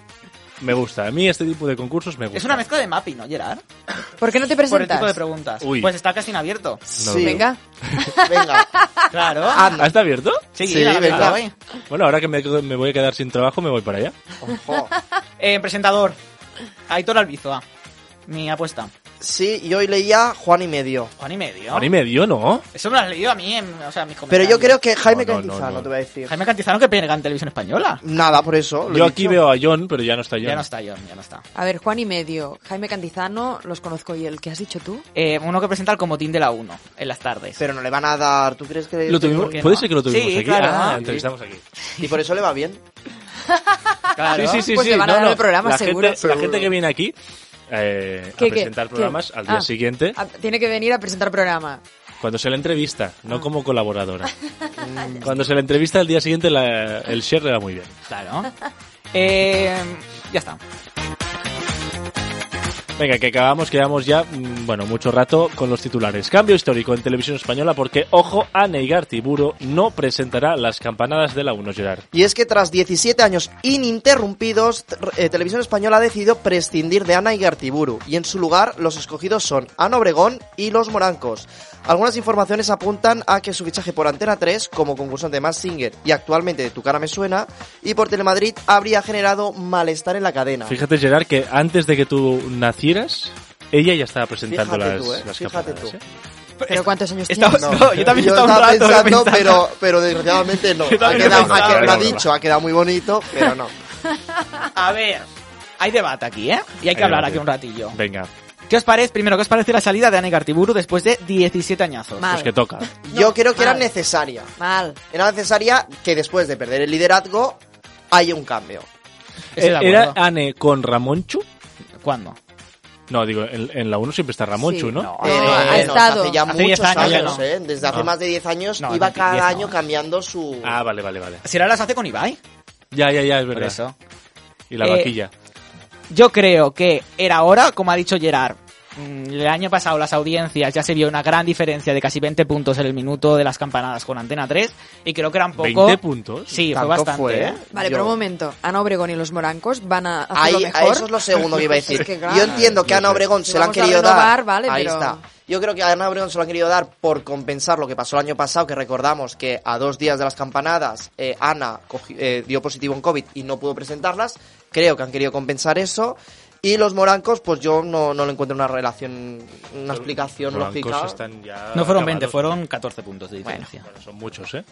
A: me gusta. A mí este tipo de concursos me gusta.
B: Es una mezcla de mapping, ¿no, Gerard?
D: ¿Por qué no te
B: Por el tipo de
D: presentas?
B: preguntas.
A: Uy.
B: Pues está casi abierto.
C: Sí,
D: Venga,
C: venga.
B: Claro.
A: ¿Ah, ¿Está abierto?
B: Sí,
C: Sí,
B: la verdad,
C: venga.
B: güey.
A: Bueno, ahora que me, me voy a quedar sin trabajo, me voy para allá.
C: Ojo.
B: Eh, presentador. Aitor Albizoa. Mi apuesta.
C: Sí, y hoy leía Juan y medio.
B: Juan y medio.
A: Juan y medio, ¿no.
B: Eso me lo has leído a mí, en- o sea, en mis
C: Pero
B: comentarios.
C: yo creo que Jaime
A: No, no,
C: Cantizano,
A: no, no.
C: te voy a decir.
B: Jaime Cantizano que pega en televisión española.
C: Nada, por eso. lo he
A: Yo aquí
C: dicho.
A: veo a John, pero ya no está John.
B: Ya no está John, ya no está.
D: a ver, Juan y medio, Jaime Cantizano, los conozco y el que has dicho tú.
B: Eh, uno que presenta el comotín de la 1 en las tardes.
C: Pero no le van a dar. ¿Tú crees que.?
A: Lo tuvimos-
B: ¿Por qué
A: ¿Puede
B: no?
A: ser que lo tuvimos
B: Sí,
A: aquí?
B: claro.
A: Ah,
B: Sí.
A: entrevistamos aquí.
C: Y por eso le va bien.
B: Claro.
A: Sí, sí, sí.
D: Pues
A: sí.
D: le van a
A: No,
D: dar
A: no.
D: el programa,
A: la
D: seguro.
A: Gente, la gente que viene aquí eh, a
D: ¿Qué, qué?
A: presentar
D: ¿Qué?
A: programas al día
D: Ah.
A: siguiente,
D: Ah, Tiene que venir a presentar programa.
A: cuando se la entrevista, no como colaboradora. cuando se la entrevista al día siguiente, la- el share le va muy bien.
B: Claro. Eh, ya está.
A: Venga, que acabamos, quedamos ya, mm, bueno, mucho rato con los titulares. Cambio histórico en televisión española porque, ojo, a Tiburo no presentará las campanadas de la 1, Gerard.
C: Y es que tras 17 años ininterrumpidos, tr- eh, Televisión Española ha decidido prescindir de Ana Igartiburu y en su lugar los escogidos son Ana Obregón y los Morancos. Algunas informaciones apuntan a que su fichaje por Antena 3 como concursante de Mass Singer y actualmente de Tu cara me suena y por Telemadrid habría generado malestar en la cadena.
A: Fíjate, Gerard, que antes de que tú nacieras, ella ya estaba presentando
C: Fíjate
A: las,
C: tú, eh,
A: las
C: fíjate
A: campanadas,
C: tú.
A: ¿eh?
D: ¿Pero cuántos años tiene?
B: Estamos- no, yo también estaba un rato
C: pensando,
B: pensando.
C: pero, pero desgraciadamente no. Ha
B: Yo también
C: quedado-
B: lo pensaba.
C: ha quedado- lo ha
A: Venga,
C: dicho, ha quedado muy bonito, pero no.
B: A ver, hay debate aquí, ¿eh? Y hay que
A: Hay
B: hablar
A: debate.
B: aquí un ratillo.
A: Venga,
B: ¿Qué os parece? Primero, ¿qué os parece la salida de Ana Igartiburu después de 17 añazos?
D: Mal.
A: pues que toca.
C: Yo creo que era
D: mal.
C: necesaria.
D: Mal.
C: Era necesaria que después de perder el liderazgo haya un cambio.
B: Estoy de
A: Eh, ¿Era
B: acuerdo.
A: Ane con Ramonchu?
B: ¿Cuándo?
A: No, digo, en, en la 1 siempre está Ramonchu,
D: Sí,
A: ¿no?
D: no.
C: Eh,
D: Ah, ha
C: eh, no,
D: estado.
C: Hace ya
B: Hace
C: muchos
B: 10 años,
C: años,
B: no.
C: ¿eh? Desde hace
A: No.
C: más de 10 años
B: No,
C: iba
B: no,
C: cada
B: 10 no.
C: año cambiando su...
A: Ah, vale, vale, vale.
B: Si ahora las hace con Ibai,
A: Ya, ya, ya, es
B: por
A: verdad.
B: eso.
A: Y la
B: Eh,
A: vaquilla.
B: Yo creo que era hora, como ha dicho Gerard. Mm, El año pasado las audiencias ya se vio una gran diferencia de casi 20 puntos en el minuto de las campanadas con Antena 3 y creo que era un poco...
A: ¿20 puntos?
B: Sí, fue
C: Tanto
B: bastante.
C: fue,
B: ¿eh?
C: ¿eh?
D: Vale,
C: Yo-
D: pero un momento. Ana Obregón y los morancos van a hacer
C: Ahí,
D: lo
C: a
D: mejor.
C: eso es lo segundo que iba a decir.
D: Es que, claro.
C: Yo entiendo que a Ana Obregón
D: Si
C: se la han
D: vamos a
C: querido dar.
D: renovar, vale,
C: Ahí
D: pero-
C: está. Yo creo que a Ana Obregón se lo han querido dar por compensar lo que pasó el año pasado, que recordamos que a dos días de las campanadas eh, Ana cogi- eh, dio positivo en COVID y no pudo presentarlas. Creo que han querido compensar eso. Y los morancos, pues yo no, no le encuentro una relación, una explicación
A: Blancos
C: lógica.
A: están ya
B: No fueron
A: acabados.
B: 20, fueron 14 puntos de diferencia.
A: Bueno, son muchos, ¿eh?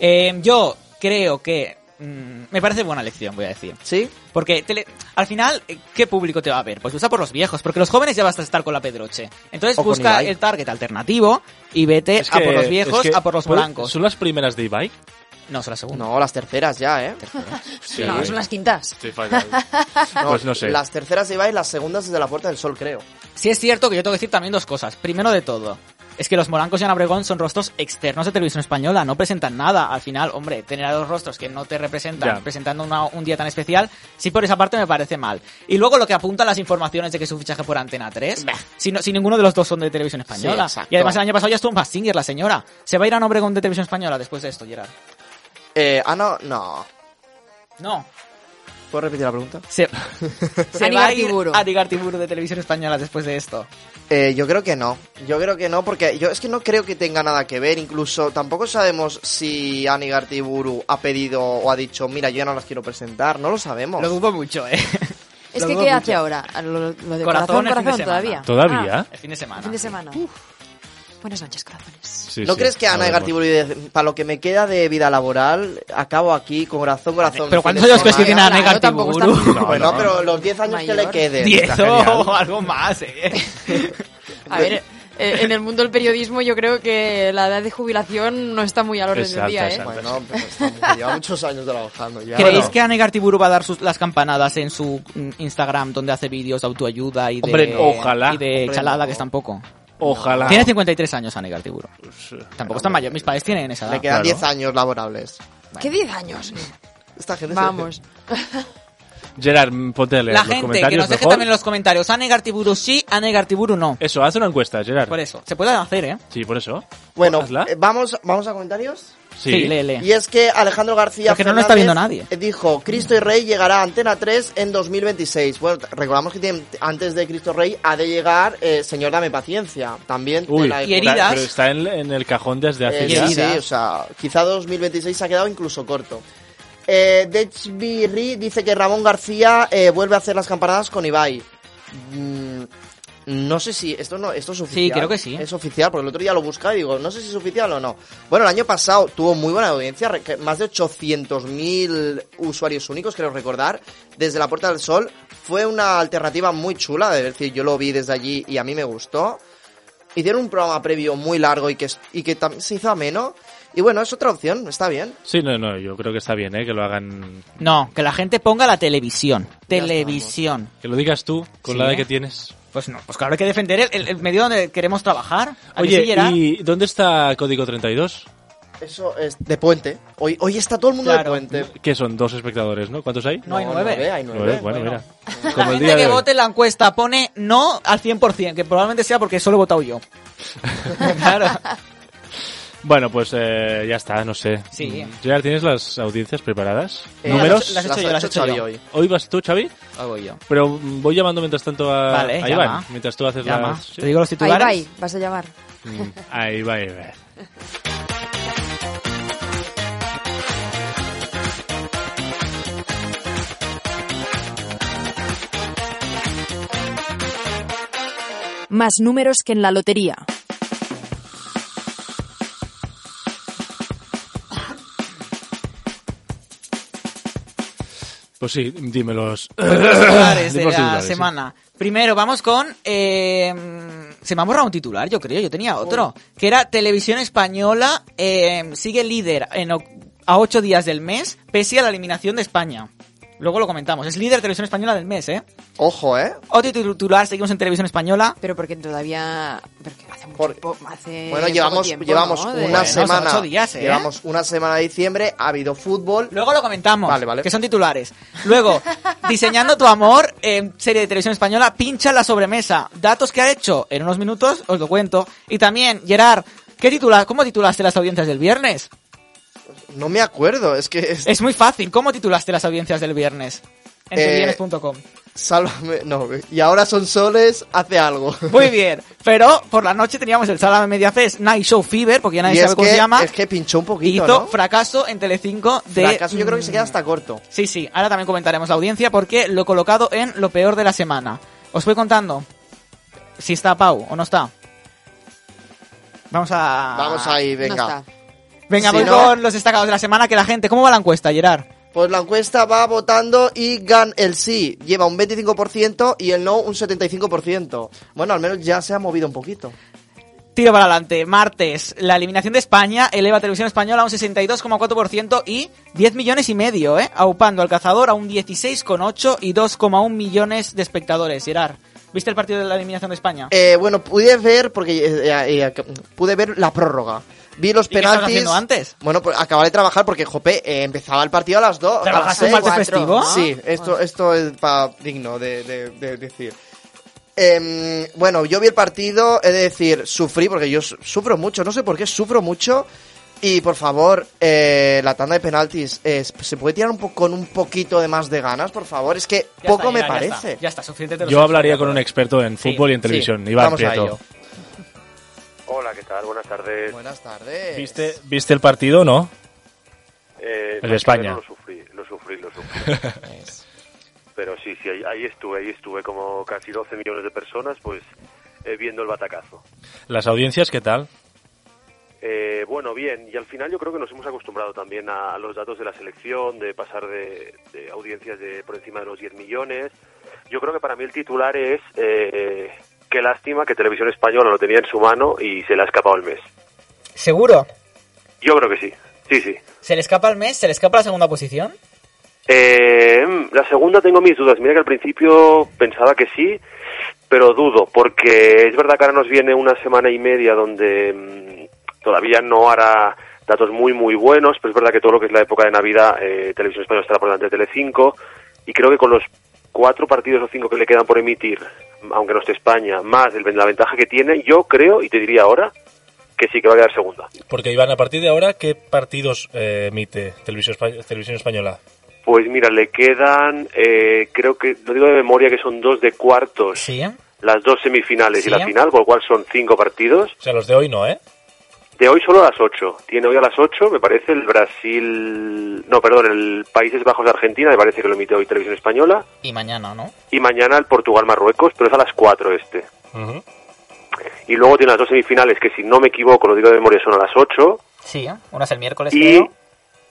B: Eh, yo creo que... mm, me parece buena elección, voy a decir.
C: ¿Sí?
B: Porque tele- al final, eh, ¿qué público te va a ver? Pues usa por los viejos, porque los jóvenes ya vas a estar con la pedroche. Entonces
C: O con
B: busca
C: Ibai.
B: el target alternativo y vete
A: Es
B: Eh, a por
A: que-
B: los viejos,
A: es que-
B: a por los
A: ¿puedo-
B: blancos.
A: ¿Son las primeras de Ibai?
B: No, es la segunda.
C: No, las terceras ya, ¿eh?
A: Hostia,
D: No,
A: Ibai.
D: son las quintas.
A: Estoy fatal. pues no sé.
C: Las terceras de Ibai, las segundas desde la Puerta del Sol, creo.
B: Sí es cierto que yo tengo que decir también dos cosas. Primero de todo, es que los morancos y Ana Obregón son rostros externos de televisión española, no presentan nada. Al final, hombre, tener a dos rostros que no te representan
A: Ya.
B: presentando una- un día tan especial, sí por esa parte me parece mal. Y luego lo que apuntan las informaciones de que su fichaje por Antena 3, si, no- si ninguno de los dos son de televisión española.
C: exacto.
B: y además el año pasado ya estuvo en Singer la señora. ¿Se va a ir a Ana Obregón de televisión española después de esto, Gerard?
C: Eh, Ana, no.
B: No.
C: ¿Puedo repetir la pregunta?
B: Se, se
D: Ani
B: va a ir
D: Gartiburu.
B: a Ani Gartiburu de televisión española después de esto.
C: Eh, yo creo que no. Yo creo que no, porque yo es que no creo que tenga nada que ver. Incluso tampoco sabemos si Ani Gartiburu ha pedido o ha dicho, mira, yo ya no las quiero presentar. No lo sabemos.
B: Lo dudo mucho, ¿eh?
D: Es
B: Lo
D: que,
B: dudo
D: ¿qué
B: mucho.
D: hace ahora? Ah, Lo, lo de
B: Corazón, el fin
D: corazón,
B: de
D: corazón,
B: semana.
D: todavía.
A: ¿Todavía?
D: Ah,
B: El fin de semana.
D: fin de semana. Buenas noches, corazones.
A: Sí,
C: ¿No
A: sí,
C: crees que Ana
A: hablemos.
C: Gartiburu, dice, para lo que me queda de vida laboral, acabo aquí con corazón, corazón?
B: Pero
C: fin de
B: ¿cuántos años crees que tiene
C: semana?
B: Ana
D: Claro, tampoco está-
B: Gartiburu?
A: No,
C: Bueno,
A: no.
C: pero los 10 años que le
D: Mayor.
C: queden.
B: Diez
C: está genial.
B: o algo más, eh.
D: A ver, eh, en el mundo del periodismo yo creo que la edad de jubilación no está muy al orden
A: Es
D: del día,
A: alta, es
D: ¿eh?
A: alta.
C: Bueno, pero está muy- lleva muchos años trabajando ya.
B: ¿Creéis
C: Bueno.
B: que Anne Gartiburu va a dar sus, las campanadas en su mm, Instagram donde hace vídeos de autoayuda y de,
A: Hombre, no. Ojalá.
B: y de
C: Hombre,
B: chalada
C: no. Ah.
B: que es tampoco?
A: Ojalá.
B: Tiene 53 años Anne Gartiburu.
A: Pues, eh,
B: Tampoco está mayor. Mis padres tienen esa
C: Le
B: edad.
C: quedan
A: claro.
C: 10 años laborables.
D: ¿Qué 10 años?
C: Esta gente se-
D: Vamos.
A: Gerard, mm, ponte a leer
B: La
A: los
B: gente, que
A: comentarios
B: nos deje
A: mejor.
B: también en los comentarios. Anne Gartiburu sí, Anne Gartiburu no.
C: Eh.
A: Eso, haz una encuesta, Gerard.
B: Por eso. Se puede hacer, ¿eh?
A: Sí, por eso.
C: Bueno,
A: Hazla.
C: eh, vamos, vamos a comentarios.
A: Sí.
B: lee, lee.
C: Y es que Alejandro García
B: Porque no lo está
C: Fernández
B: viendo nadie.
C: Dijo, Cristo y Rey llegará a Antena 3 en 2026. Bueno, t- recordamos que tiene- antes de Cristo Rey ha de llegar eh, Señor Dame Paciencia, también. de
A: Uy,
C: la
B: Y
A: está-
C: época.
B: heridas.
A: pero está en, en el cajón desde hace
C: Eh,
B: Y
A: ya.
C: sí, sí,
B: heridas.
C: o sea, quizá 2026 se ha quedado incluso corto. Eh, Dechbirri dice que Ramón García eh, vuelve a hacer las campanadas con Ibai. Mm, no sé si esto no esto es oficial.
B: creo que sí.
C: Es oficial, porque el otro día lo buscaba y digo, no sé si es oficial o no. Bueno, el año pasado tuvo muy buena audiencia, re- que más de 800.000 usuarios únicos, creo recordar, desde la Puerta del Sol. Fue una alternativa muy chula, es decir, yo lo vi desde allí y a mí me gustó. Hicieron un programa previo muy largo y que, es- y que tam- se hizo ameno. Y bueno, es otra opción, está bien.
A: Sí, no, no, yo creo que está bien, ¿eh? Que lo hagan...
B: No, que la gente ponga la televisión. Televisión.
A: Que lo digas tú, con
B: Sí,
A: la edad
B: ¿eh?
A: que tienes.
B: Pues no, pues claro, hay que defender el, el- el medio donde queremos trabajar. ¿A que
A: Oye,
B: sí, Gerard?
A: ¿y dónde está Código 32?
C: Eso es de puente. Hoy, hoy está todo el mundo
B: Claro.
C: de puente.
A: ¿Qué son? Dos espectadores, ¿no? ¿Cuántos hay?
B: No hay nueve.
C: hay
A: Nueve,
C: nueve.
A: bueno, mira.
B: La
A: Como el
B: gente
A: día
B: que
A: de hoy.
B: vote en la encuesta pone no al 100%, que probablemente sea porque solo he votado yo. claro.
A: Bueno, pues eh, ya está, no sé.
B: Sí.
A: Mm, Gerard, ¿tienes las audiencias preparadas?
C: Eh,
A: ¿Números?
B: las he hecho yo, las he hecho
C: Xavi
B: yo.
C: hoy.
A: Hoy vas tú, Xavi,
B: Hago yo.
A: pero mm, voy llamando mientras tanto a,
B: Vale,
A: a
B: llama.
A: Iván. Mientras tú haces
B: Llama.
A: las...
B: Te digo los
D: Ahí
B: titulares.
D: va, ahí, vas a llamar.
A: Mm, Ahí va, ahí va.
E: Más números que en la lotería.
A: Pues sí, dímelos.
B: titulares de
A: Dimos
B: la
A: titulares, sí.
B: semana. Primero, vamos con. eh, se me ha borrado un titular, yo creo, yo tenía otro. Que era Televisión Española eh, sigue líder en o- a ocho días del mes, pese a la eliminación de España. Luego lo comentamos. Es líder Televisión Española del mes, ¿eh?
C: Ojo, ¿eh?
B: Otro titular, seguimos en Televisión Española.
D: Pero porque todavía... Porque hace mucho
C: Por-
D: po-
B: Eh,
D: hace
C: Bueno,
D: poco
C: llevamos,
D: tiempo,
C: llevamos
D: ¿no?
C: una
D: De-
B: Bueno, son
C: semana.
B: ocho días, ¿eh?
C: Llevamos una semana de diciembre, ha habido fútbol.
B: Luego lo comentamos,
C: Vale, vale.
B: que son titulares. Luego, Diseñando tu amor, eh, serie de televisión española, pincha la sobremesa. Datos que ha hecho en unos minutos, os lo cuento. Y también, Gerard, ¿qué titula- ¿cómo titulaste las audiencias del viernes?
C: No me acuerdo, es que es-
B: Es muy fácil, ¿cómo titulaste las audiencias del viernes? En
C: Eh,
B: tuviernes.com.
C: Sálvame. No, y ahora son soles, hace algo.
B: Muy bien, pero por la noche teníamos el Sálvame Media Fest Night Show Fever, porque ya nadie
C: y
B: sabe
C: es
B: cómo
C: que,
B: se llama.
C: es que pinchó un
B: y
C: poquito,
B: hizo
C: ¿no?
B: fracaso en Telecinco de...
C: Fracaso, yo creo que se queda hasta corto.
B: Sí, sí, ahora también comentaremos la audiencia porque lo he colocado en lo peor de la semana. Os voy contando si está Pau o no está. Vamos a...
C: Vamos ahí,
D: No
C: venga.
D: está.
B: Venga,
C: Si
B: voy
C: no-
B: con los destacados de la semana que la gente... ¿Cómo va la encuesta, Gerard?
C: Pues la encuesta va votando y gan el sí lleva un 25% y el no un 75%. Bueno, al menos ya se ha movido un poquito.
B: Tiro para adelante. Martes, la eliminación de España eleva a Televisión Española a un 62,4% y 10 millones y medio, ¿eh? Aupando al cazador a un 16,8 y 2,1 millones de espectadores, Gerard. ¿Viste el partido de la eliminación de España?
C: Eh, bueno, pude ver porque eh, eh, eh, pude ver la prórroga. Vi los
B: ¿Y qué estabas
C: penaltis.
B: haciendo antes?
C: Bueno, pues acabar de trabajar porque jope, eh, empezaba el partido a las 2.
B: ¿Trabajaste un martes festivo?
C: Sí, esto esto es pa- digno de, de- de decir. Em, bueno, yo vi el partido, he de decir, sufrí porque yo su- sufro mucho, no sé por qué sufro mucho. Y por favor, eh, la tanda de penaltis, eh, ¿se puede tirar un po- con un poquito de más de ganas, por favor? Es que
B: Ya
C: poco
B: está,
C: me
B: Gerard, ya
C: parece.
B: está. Ya está, suficiente. te lo
A: Yo
B: sé.
A: hablaría con un experto en
B: Sí,
A: fútbol y en
C: Sí,
A: televisión, Iván
C: vamos a
A: Prieto.
C: ello.
F: Hola, ¿qué tal? Buenas tardes.
C: Buenas tardes.
A: ¿Viste, ¿Viste el partido o no?
F: Eh,
A: El
F: no,
A: España.
F: Lo sufrí, lo sufrí, lo sufrí. Pero sí, sí, ahí, ahí estuve, ahí estuve como casi 12 millones de personas, pues eh, viendo el batacazo.
A: ¿Las audiencias qué tal?
F: Eh, bueno, bien, y al final yo creo que nos hemos acostumbrado también a, a los datos de la selección, de pasar de, de audiencias de por encima de los 10 millones. Yo creo que para mí el titular es eh, qué lástima que Televisión Española lo tenía en su mano y se le ha escapado el mes.
B: ¿Seguro?
F: Yo creo que sí, sí, sí.
B: ¿Se le escapa el mes? ¿Se le escapa la segunda posición?
F: Eh, mm, la segunda tengo mis dudas. Mira que al principio pensaba que sí, pero dudo, porque es verdad que ahora nos viene una semana y media donde mm, todavía no hará datos muy, muy buenos, pero es verdad que todo lo que es la época de Navidad, eh, Televisión Española estará por delante de Telecinco, y creo que con los cuatro partidos o cinco que le quedan por emitir, aunque no esté España, más el- la ventaja que tiene, yo creo, y te diría ahora, que sí que va a quedar segunda.
A: Porque Iván, a partir de ahora, ¿qué partidos eh, emite Televisión, Espa- Televisión Española?
F: Pues mira, le quedan, eh, creo que, lo digo de memoria, que son dos de cuartos.
B: Pues Sí.
F: las dos semifinales
B: Sí.
F: y la final, con lo cual son cinco partidos.
A: O sea, los de hoy no, ¿eh?
F: De hoy solo a las ocho. Tiene hoy a las ocho, me parece, el Brasil... No, perdón, el Países Bajos-Argentina, me parece que lo emite hoy Televisión Española.
B: Y mañana, ¿no?
F: Y mañana el Portugal-Marruecos, pero es a las cuatro este. Y luego tiene las dos semifinales, que si no me equivoco, lo digo de memoria, son a las ocho.
B: Sí, una es el miércoles,
F: Y...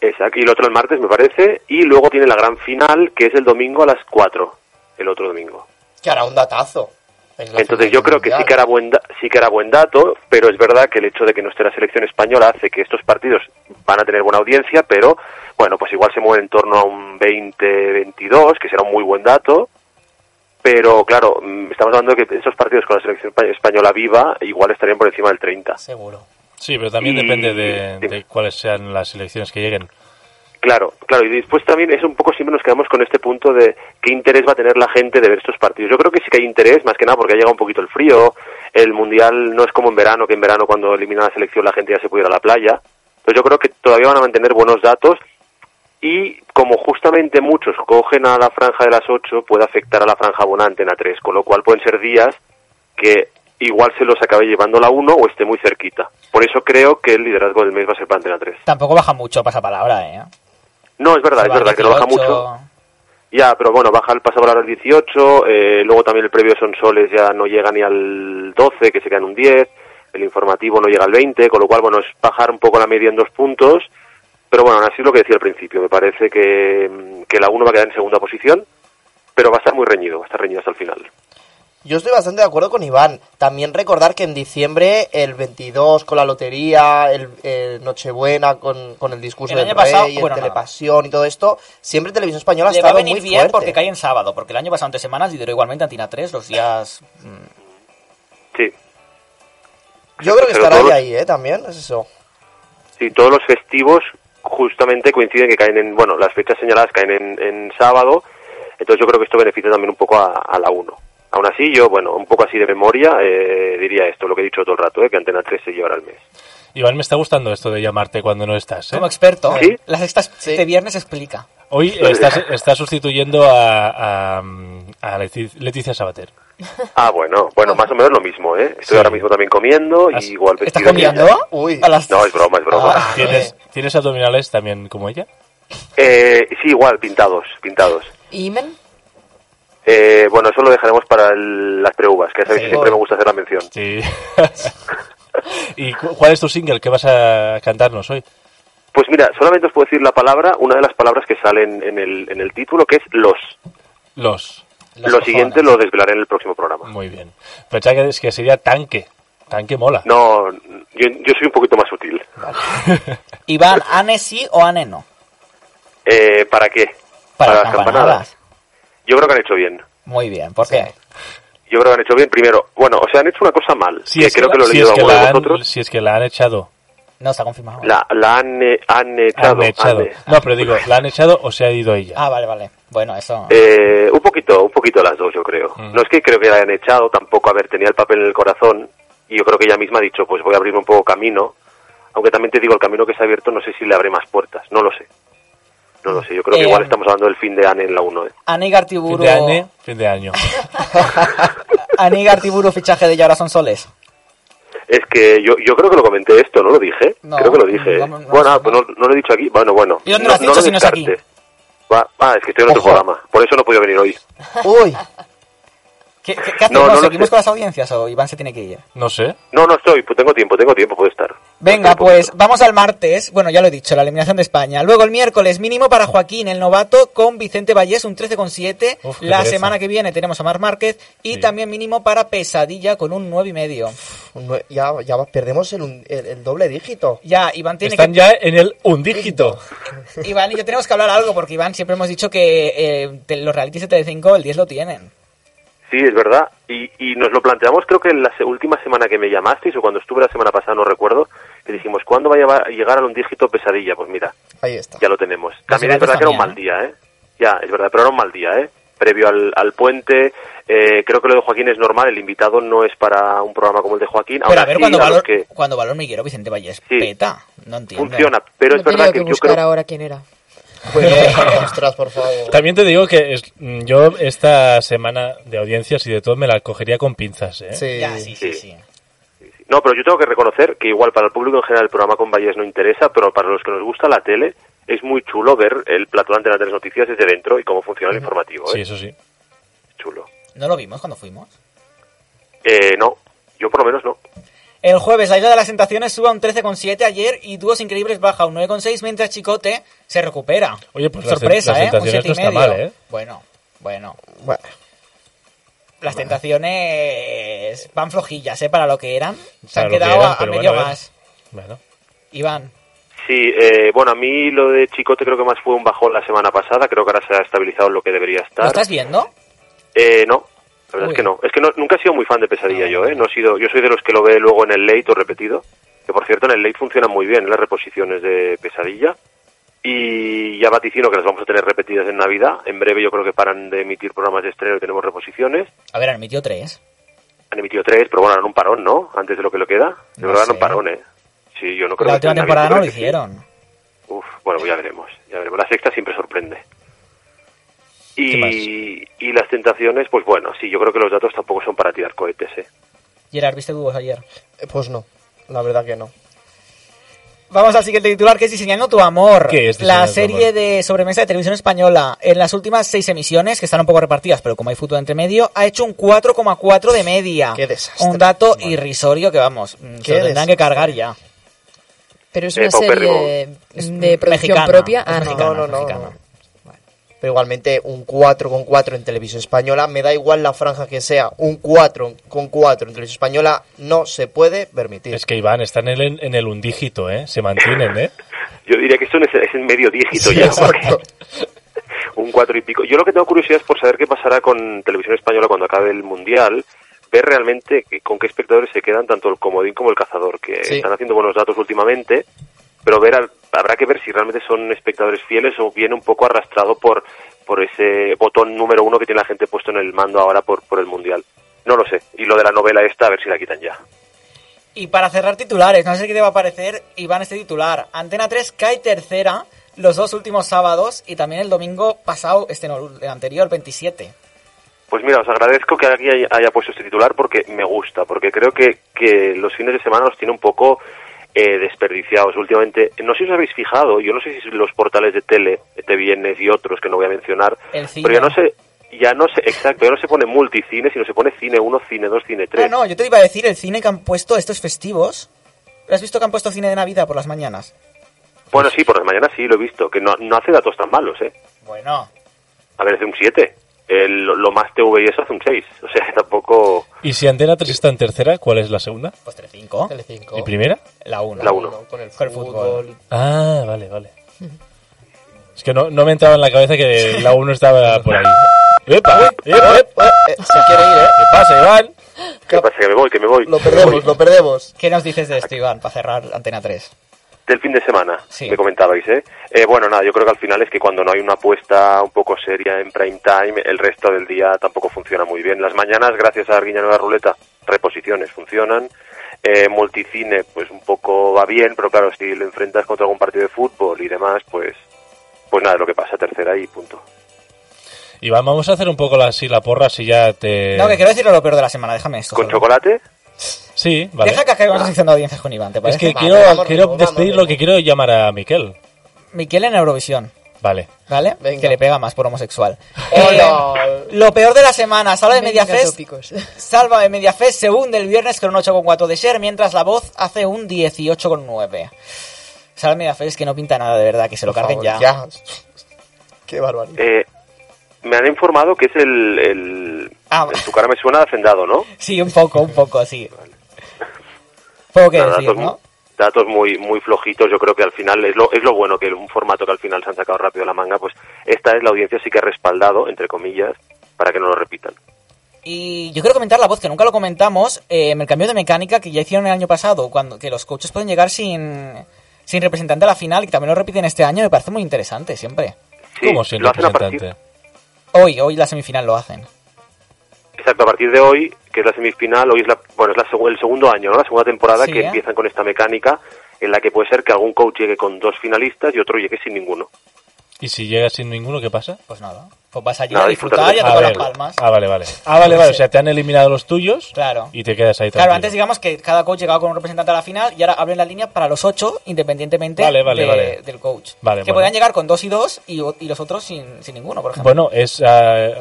F: Exacto, y el otro el martes, me parece. Y luego tiene la gran final, que es el domingo a las cuatro. El otro domingo.
G: que hará un datazo.
F: Entonces yo creo que sí que, hará buen da- sí que hará buen dato, pero es verdad que el hecho de que no esté la selección española hace que estos partidos van a tener buena audiencia, pero bueno, pues igual se mueve en torno a un 20-22, que será un muy buen dato, pero claro, mm, estamos hablando de que esos partidos con la selección espa- española viva igual estarían por encima del 30.
G: Seguro.
A: Sí, pero también
F: Y-
A: depende de,
F: sí.
A: de cuáles sean las elecciones que lleguen.
F: Claro, claro, y después también es un poco siempre nos quedamos con este punto de qué interés va a tener la gente de ver estos partidos. Yo creo que sí que hay interés, más que nada porque ha llegado un poquito el frío, el mundial no es como en verano, que en verano cuando elimina la selección la gente ya se puede ir a la playa. Entonces yo creo que todavía van a mantener buenos datos y como justamente muchos cogen a la franja de las 8, puede afectar a la franja abonante en la 3, con lo cual pueden ser días que igual se los acabe llevando la 1 o esté muy cerquita. Por eso creo que el liderazgo del mes va a ser para Antena 3.
B: Tampoco baja mucho pasapalabra, ¿eh?
F: No, es verdad, es verdad que lo baja mucho. Ya, pero bueno, baja el pasapalabra al 18, eh, luego también el previo son soles ya no llega ni al 12, que se queda en un 10, el informativo no llega al 20, con lo cual, bueno, es bajar un poco la media en dos puntos, pero bueno, aún así es lo que decía al principio, me parece que, mm, que la 1 va a quedar en segunda posición, pero va a estar muy reñido, va a estar reñido hasta el final.
C: Yo estoy bastante de acuerdo con Iván. También recordar que en diciembre, el 22 con la lotería, el, eh, Nochebuena con, con el discurso
B: El
C: del
B: año
C: rey,
B: pasado-
C: el
B: bueno, no.
C: Telepasión y todo esto, siempre Televisión Española ha
B: Le va a
C: estado
B: venir
C: muy
B: bien
C: fuerte.
B: porque cae en sábado, porque el año pasado, entre semanas, lideró igualmente Antina 3 los días... mm,
F: Sí,
C: Yo creo que
F: Pero
C: estará
F: todo-
C: ahí, ¿eh? También, es eso.
F: sí, todos los festivos justamente coinciden que caen en, bueno, las fechas señaladas caen en, en sábado, entonces yo creo que esto beneficia también un poco a, a la 1. Aún así, yo, bueno, un poco así de memoria, eh, diría esto, lo que he dicho todo el rato, eh, que Antena 3 se llevará al mes.
A: Iván, me está gustando esto de llamarte cuando no estás. ¿eh?
B: Como experto,
F: ¿Sí?
B: las sextas
C: Sí.
B: este viernes explica.
A: Hoy eh, estás, estás sustituyendo a, a, a Leti- Leticia Sabater.
F: Ah, bueno, bueno, más o menos lo mismo, ¿eh? Estoy
A: Sí.
F: ahora mismo también comiendo y
A: ¿Has-
F: igual
B: ¿Estás
F: vestido que
B: comiendo?
F: ella.
C: Uy.
B: A las-
F: No, es broma, es broma.
B: Ah,
A: ¿Tienes, ¿Tienes abdominales también como ella?
F: Eh, sí, igual, pintados, pintados.
D: ¿Imen?
F: Eh, bueno, eso lo dejaremos para el- las preuvas, que ya sabéis que
B: Sí.
F: siempre me gusta hacer la mención.
A: Sí. ¿Y cu- cuál es tu single que vas a cantarnos hoy?
F: Pues mira, solamente os puedo decir la palabra, una de las palabras que salen en el, en el título, que es los.
A: Los.
B: los
F: lo
B: cojones.
F: siguiente lo desvelaré en el próximo programa.
A: Muy bien. Pensaba que, es que sería tanque. Tanque mola.
F: No, yo, yo soy un poquito más sutil.
B: Iván, ¿Ane sí o Ane no?
F: Eh, ¿Para qué?
B: las
F: Yo creo que han hecho bien.
B: Muy bien, ¿por qué?
F: Yo creo que han hecho bien primero. Bueno, o sea, han hecho una cosa mal. que creo que lo he
A: si
F: leído
A: es que
F: alguno
A: la
F: de
A: han-
F: vosotros.
A: si es que la han echado.
B: No, está confirmado.
F: La, la han, eh, han echado.
A: Han echado.
F: han, eh,
A: No, pero digo, ¿la han echado o se ha ido ella?
B: Ah, vale, vale. Bueno, eso...
F: eh, un poquito, un poquito las dos, yo creo. No es que creo que la hayan echado, tampoco, a ver, tenía el papel en el corazón y yo creo que ella misma ha dicho, pues voy a abrirme un poco camino. Aunque también te digo, el camino que se ha abierto no sé si le abre más puertas, no lo sé. No lo sé, yo creo que
B: Eh,
F: igual estamos hablando del fin de Anne en la 1. ¿eh?
B: Ane
A: Fin
B: Gartiburu...
A: de año. Fin de año.
B: Ane Gartiburu, fichaje de Yara son soles.
F: Es que yo, yo creo que lo comenté esto, ¿no lo dije?
B: No,
F: creo que lo dije. ¿eh?
B: no, no, no,
F: bueno, ah,
B: no.
F: pues no, no lo he dicho aquí. Bueno, bueno.
B: ¿Y dónde lo has dicho si no es aquí?
F: descartes. Va- ah, es que estoy en otro
B: Ojo.
F: programa. Por eso no he podido venir hoy.
C: Uy.
B: ¿Qué, qué, qué hacemos?
F: No, no lo
B: ¿Seguimos
F: sé.
B: con las audiencias o Iván se tiene que ir?
A: No sé.
F: No, no estoy. pues Tengo tiempo, tengo tiempo, puedo estar.
B: Venga,
F: Tengo tiempo.
B: pues vamos al martes. Bueno, ya lo he dicho, la eliminación de España. Luego el miércoles, mínimo para Joaquín, el novato, con Vicente Vallés, un 13,7.
A: Uf, qué
B: La
A: pereza.
B: semana que viene tenemos a Mar Márquez. Y
A: Sí.
B: también mínimo para Pesadilla, con un 9,5.
C: No, Ya, ya perdemos el, un- el- el doble dígito.
B: Ya, Iván tiene
A: Están
B: que...
A: ya en el un dígito.
B: Iván y yo tenemos que hablar algo, porque Iván siempre hemos dicho que eh, te- los realities de Telecinco el 10 lo tienen.
F: Sí, es verdad. Y, y nos lo planteamos, creo que en la se- última semana que me llamasteis o cuando estuve la semana pasada, no recuerdo, que dijimos, ¿cuándo va a llevar- llegar a un dígito pesadilla? Pues mira,
C: Ahí está.
F: ya lo tenemos. También
B: Las
F: es verdad que era un mal
B: imágenes
F: día, ¿eh? Ya, es verdad, pero era un mal día, ¿eh? Previo al, al puente, eh, creo que lo de Joaquín es normal, el invitado no es para un programa como el de Joaquín.
B: Pero
F: Ahora
B: a ver,
F: sí,
B: cuando,
F: a
B: valor,
F: los que
B: cuando valor me quiero, Vicente Vallés
F: Sí.
B: peta. No entiendo.
F: funciona, pero
D: No
F: es verdad
D: tenía
F: que, yo
D: buscar
F: creo...
D: ahora quién era.
C: Bueno, Pues, ostras, por favor.
A: También te digo que es- mm, yo esta semana de audiencias y de todo me la cogería con pinzas, ¿eh?
C: Sí.
B: Ya, sí, sí,
F: Sí.
B: sí.
F: No, pero yo tengo que reconocer que igual para el público en general el programa con Valles no interesa, pero para los que nos gusta la tele es muy chulo ver el plató de Antena tres Noticias desde dentro y cómo funciona el informativo.
A: Sí,
F: ¿eh?
A: eso sí.
F: Chulo.
B: ¿No lo vimos cuando fuimos?
F: Eh, no, yo por lo menos no.
B: El jueves, la Isla de las Tentaciones sube a un 13,7 ayer y Dúos Increíbles baja a un 9,6 mientras Chicote se recupera.
A: Oye, pues las
B: Sorpresa,
A: ten- las
B: ¿eh? Un
A: Tentaciones
B: 7,5.
A: no está mal, ¿eh?
B: Bueno, bueno.
C: Bueno,
B: Las Tentaciones van flojillas, ¿eh? Para lo que eran. Se
A: Para lo
B: han
A: que
B: quedado
A: eran,
B: a- a
A: pero
B: medio
A: bueno, a ver.
B: gas.
A: Bueno.
B: Iván,
F: Sí, eh, bueno, a mí lo de Chicote creo que más fue un bajón la semana pasada, creo que ahora se ha estabilizado en lo que debería
B: ¿lo
F: estar.
B: estás viendo?
F: Eh, no, la verdad
B: Uy.
F: es que no. Es que no- nunca he sido muy fan de Pesadilla yo, ¿eh? No he sido, yo soy de los que lo ve luego en el late o repetido. que por cierto en el late funcionan muy bien ¿eh? las reposiciones de Pesadilla. Y ya vaticino que las vamos a tener repetidas en Navidad. En breve yo creo que paran de emitir programas de estreno y tenemos reposiciones.
B: A ver, han emitido tres.
F: Han emitido tres, pero bueno, harán un parón, ¿no? Antes de lo que lo queda. De
B: No
F: verdad harán
B: sé.
F: un parón, ¿eh? Sí, yo no creo
B: La
F: que
B: última
F: sea en Navidad,
B: temporada no
F: creo
B: lo
F: que sí.
B: hicieron.
F: Uf, bueno, pues ya veremos, ya veremos. La sexta siempre sorprende.
B: ¿Qué más?
F: Y, y las tentaciones, pues bueno, sí, yo creo que los datos tampoco son para tirar cohetes, ¿eh?
B: Gerard, ¿viste dúos ayer?
C: Eh, Pues no, la verdad que no.
B: Vamos al siguiente titular que es Diseñando tu amor.
A: ¿Qué es Diseñando
B: la
A: tu
B: serie
A: amor?
B: de sobremesa de televisión española en las últimas seis emisiones, que están un poco repartidas, pero como hay fútbol entre medio, ha hecho un 4,4 de media.
C: Qué desastre.
B: Un dato irrisorio que vamos, mm, se
C: Qué
B: lo tendrán que cargar ya.
D: Pero es
F: Eh,
D: una
F: paupérrimo.
D: serie
B: Es
D: de producción
B: mexicana,
D: propia.
B: es
D: Ah, no.
B: mexicana,
C: no, no, no,
B: mexicana.
C: no. Pero igualmente un 4,4 en televisión española, me da igual la franja que sea, un 4,4 en televisión española no se puede permitir.
A: Es que Iván, están en el, en el undígito, ¿eh? Se mantienen, ¿eh?
F: Yo diría que esto es, es en medio dígito ya,
C: Exacto.
F: porque un cuatro y pico. Yo lo que tengo curiosidad es por saber qué pasará con Televisión Española cuando acabe el Mundial, ver realmente que- con qué espectadores se quedan tanto el comodín como el cazador, que
C: Sí.
F: están haciendo buenos datos últimamente, pero ver al- habrá que ver si realmente son espectadores fieles o viene un poco arrastrado por, por ese botón número uno que tiene la gente puesto en el mando ahora por, por el Mundial. No lo sé. Y lo de la novela esta, a ver si la quitan ya.
B: Y para cerrar titulares, no sé qué te va a parecer, Iván, este titular. Antena 3 cae tercera los dos últimos sábados y también el domingo pasado, este no, el anterior, 27.
F: Pues mira, os agradezco que alguien haya- haya puesto este titular porque me gusta, porque creo que, que los fines de semana los tiene un poco eh, desperdiciados últimamente. No sé si os habéis fijado, yo no sé si los portales de tele, TVN y otros que no voy a mencionar,
B: El cine.
F: pero ya no sé, ya no sé, exacto, ya no se pone multicine, sino se pone cine 1, cine 2, cine 3.
B: Ah, no, yo te iba a decir el cine que han puesto estos festivos. ¿Lo has visto que han puesto cine de Navidad por las mañanas?
F: Bueno, sí, por las mañanas sí lo he visto, que no, no hace datos tan malos, ¿eh?
B: Bueno,
F: A ver, hace un 7. El- lo más TV y eso hace un 6. O sea, tampoco
A: Y si Antena 3 está en tercera, ¿cuál es la segunda?
B: pues 5
C: Telecinco.
A: ¿Y primera?
B: La 1.
F: la 1.
C: Con el
B: Con el
C: fútbol.
A: Ah, vale, vale. Es que no, no me entraba en la cabeza que la 1 estaba por ahí. ¡Epa! ¡Epa! epa!
C: Eh, se quiere ir, ¿eh?
A: ¿Qué pasa, Iván?
F: ¿Qué pasa? Que me voy, que me voy.
C: Lo
F: que me voy.
C: perdemos, lo perdemos.
B: ¿Qué nos dices de esto, Iván, para cerrar Antena 3?
F: Del fin de semana,
B: Sí.
F: me comentabais, ¿eh? ¿eh? Bueno, nada, yo creo que al final es que cuando no hay una apuesta un poco seria en prime time, el resto del día tampoco funciona muy bien. Las mañanas, gracias a Arguiñano y la Ruleta, reposiciones funcionan. Eh, multicine, pues un poco va bien, pero claro, si lo enfrentas contra algún partido de fútbol y demás, pues, pues nada, lo que pasa, tercera y punto.
A: Iván, vamos a hacer un poco la, así la porra si ya
C: Eh,
A: te...
B: No, que quiero decirlo lo peor de la semana, déjame esto.
F: ¿Con
B: joder.
F: chocolate?
A: Sí, vale.
B: Deja que acabemos
C: Ah.
B: la sección de audiencias con Iván, ¿te
A: Es
B: parece?
A: que
C: Vale,
A: quiero,
C: vamos,
A: quiero
C: vamos,
A: despedir
C: vamos.
A: lo que quiero llamar a Miquel.
B: Miquel en Eurovisión,
A: Vale.
B: ¿vale?
C: Venga.
B: Que le pega más por homosexual. Eh,
C: Hola.
B: lo peor de la semana, sala de
D: Venga,
B: Mediafest.
D: tópicos.
B: Salva de Mediafest se hunde el viernes con un 8,4 de share, mientras la voz hace un 18,9. Salva de Mediafest que no pinta nada de verdad, que se lo
C: Por
B: carguen
C: favor,
B: ya.
C: Qué barbaridad.
F: Eh, me han informado que es el... el...
B: Ah,
F: en tu cara me suena de hacendado, ¿no?
B: Sí, un poco, un poco, sí. Poco que
F: Nada,
B: decir,
F: datos,
B: ¿no?
F: datos muy muy flojitos yo creo que al final es lo es lo bueno que un formato que al final se han sacado rápido de la manga pues esta es la audiencia sí que ha respaldado entre comillas para que no lo repitan
B: Y yo quiero comentar la voz, que nunca lo comentamos, eh, en el cambio de mecánica que ya hicieron el año pasado, cuando que los coaches pueden llegar sin, sin representante a la final, y también lo repiten este año, me parece muy interesante siempre.
F: sí,
A: ¿Cómo siendo
F: lo hacen a
A: representante?
F: partir
B: Hoy, hoy la semifinal lo hacen.
F: exacto a partir de hoy que es la semifinal hoy es la bueno es la segu- el segundo año ¿no? la segunda temporada
B: Sí,
F: que
B: ¿eh?
F: empiezan con esta mecánica en la que puede ser que algún coach llegue con dos finalistas y otro llegue sin ninguno
A: ¿Y si llegas sin ninguno, qué pasa?
B: Pues nada, pues vas allí
F: Nada,
B: a disfrutar y a
F: disfrutar.
B: tocar
A: ver.
B: las palmas.
A: Ah, vale, vale. Ah, vale, vale. O sea, te han eliminado los tuyos.
B: Claro.
A: Y te quedas ahí
B: Claro,
A: tranquilo.
B: antes digamos que cada coach llegaba con un representante a la final y ahora abren la línea para los ocho, independientemente
A: Vale, vale,
B: de-
A: vale.
B: del coach.
A: Vale,
B: que
A: bueno.
B: podían llegar con dos y dos y, o- y los otros sin, sin ninguno, por ejemplo.
A: Bueno, es ah,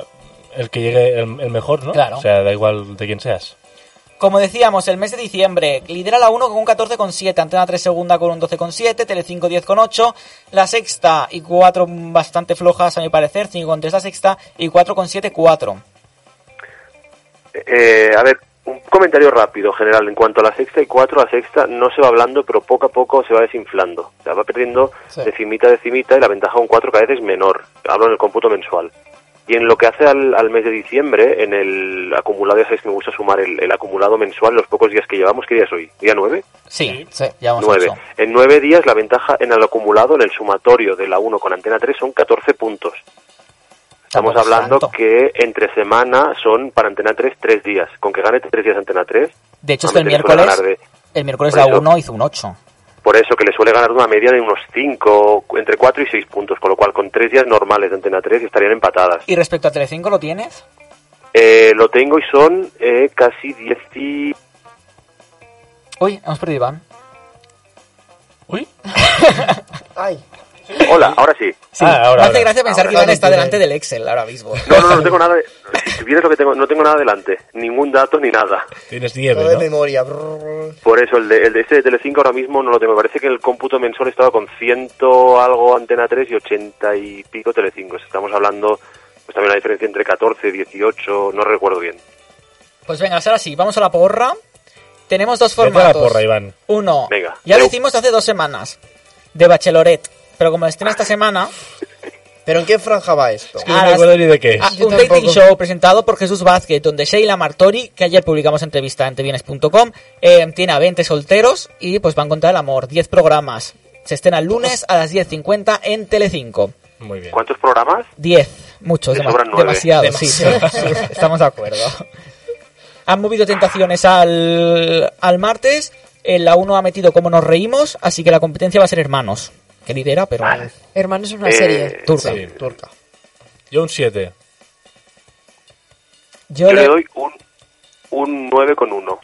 A: el que llegue el, el mejor, ¿no?
B: Claro.
A: O sea, da igual de quién seas.
B: Como decíamos, el mes de diciembre lidera la 1 con un 14,7, Antena 3 segunda con un 12,7, Telecinco 10,8, la sexta y 4 bastante flojas a mi parecer, 5,3 la sexta y 4,7 4.
F: Eh, a ver, un comentario rápido general en cuanto a la sexta y cuatro, la sexta no se va hablando, pero poco a poco se va desinflando. O sea, va perdiendo
C: Sí.
F: decimita a decimita y la ventaja de un cuatro cada vez es menor. Hablo en el cómputo mensual. Y en lo que hace al, al mes de diciembre, en el acumulado, ya sabéis que me gusta sumar el, el acumulado mensual, los pocos días que llevamos, ¿qué día es hoy? ¿Día 9?
B: Sí, sí, ya vamos
F: Nueve. En nueve días la ventaja en el acumulado, en el sumatorio de la 1 con antena 3 son 14 puntos. Estamos hablando que entre semana son para antena 3 3 días. Con que gane 3 días antena 3.
B: De hecho, es que el
F: normalmente le suele
B: miércoles,
F: ganar de-
B: el miércoles
F: Por
B: la
F: eso.
B: 1 hizo un 8.
F: por eso que le suele ganar una media de unos 5, entre 4 y 6 puntos. Con lo cual, con 3 días normales de antena 3 estarían empatadas.
B: ¿Y respecto a Telecinco lo tienes?
F: Eh, lo tengo y son eh, casi 10 y.
B: Uy, hemos perdido a Iván.
H: Uy,
C: Ay.
F: Hola, ahora sí.
B: Sí,
A: Ah, ahora,
B: me hace
A: ahora.
B: gracia pensar
C: Ahora
B: que Iván
C: no
B: está
C: tiene-
B: delante del Excel ahora mismo.
F: No, no, no tengo nada. de- Si vieres lo que tengo, no tengo nada delante. Ningún dato ni nada.
H: tienes nieve,
C: Todo de
H: ¿no?
C: memoria. brrr.
F: Por eso, el de, el de este de Telecinco ahora mismo no lo tengo. Me parece que el cómputo mensual estaba con 100 algo Antena 3 y 80 y pico Telecinco. Estamos hablando, pues también la diferencia entre 14, 18, no recuerdo bien.
B: Pues venga, ahora sí, vamos a la porra. Tenemos dos
A: Vete a la
B: formatos.
A: porra, Iván.
B: Uno,
F: Venga.
B: ya lo
F: Pero-
B: hicimos hace dos semanas, de Bachelorette. Pero como estrena esta semana,
C: ¿Pero en qué franja va esto?
A: Que no
B: ahora
A: me acuerdo ni de qué es.
B: Ah,
C: Yo
B: un dating
C: tampoco.
B: show presentado por Jesús Vázquez, donde Sheila Martori, que ayer publicamos entrevista en tevienes.com, eh, tiene a 20 solteros y pues van contra el amor. 10 programas. Se estrena el lunes a las 10.50 en Telecinco.
A: Muy bien.
F: ¿Cuántos programas?
B: 10. Muchos.
F: Le
B: dema-
F: sobran nueve.
B: demasiado, sí, sí, sí, Estamos de acuerdo. Han movido tentaciones al, al martes. En la 1 ha metido como nos reímos, así que la competencia va a ser hermanos. Que lidera, pero...
D: Hermanos es una
F: Eh,
D: serie.
B: Turca.
A: Sí.
C: Turca.
A: Yo un 7.
B: Yo
F: Yo le
B: le...
F: doy un, un 9 con 1.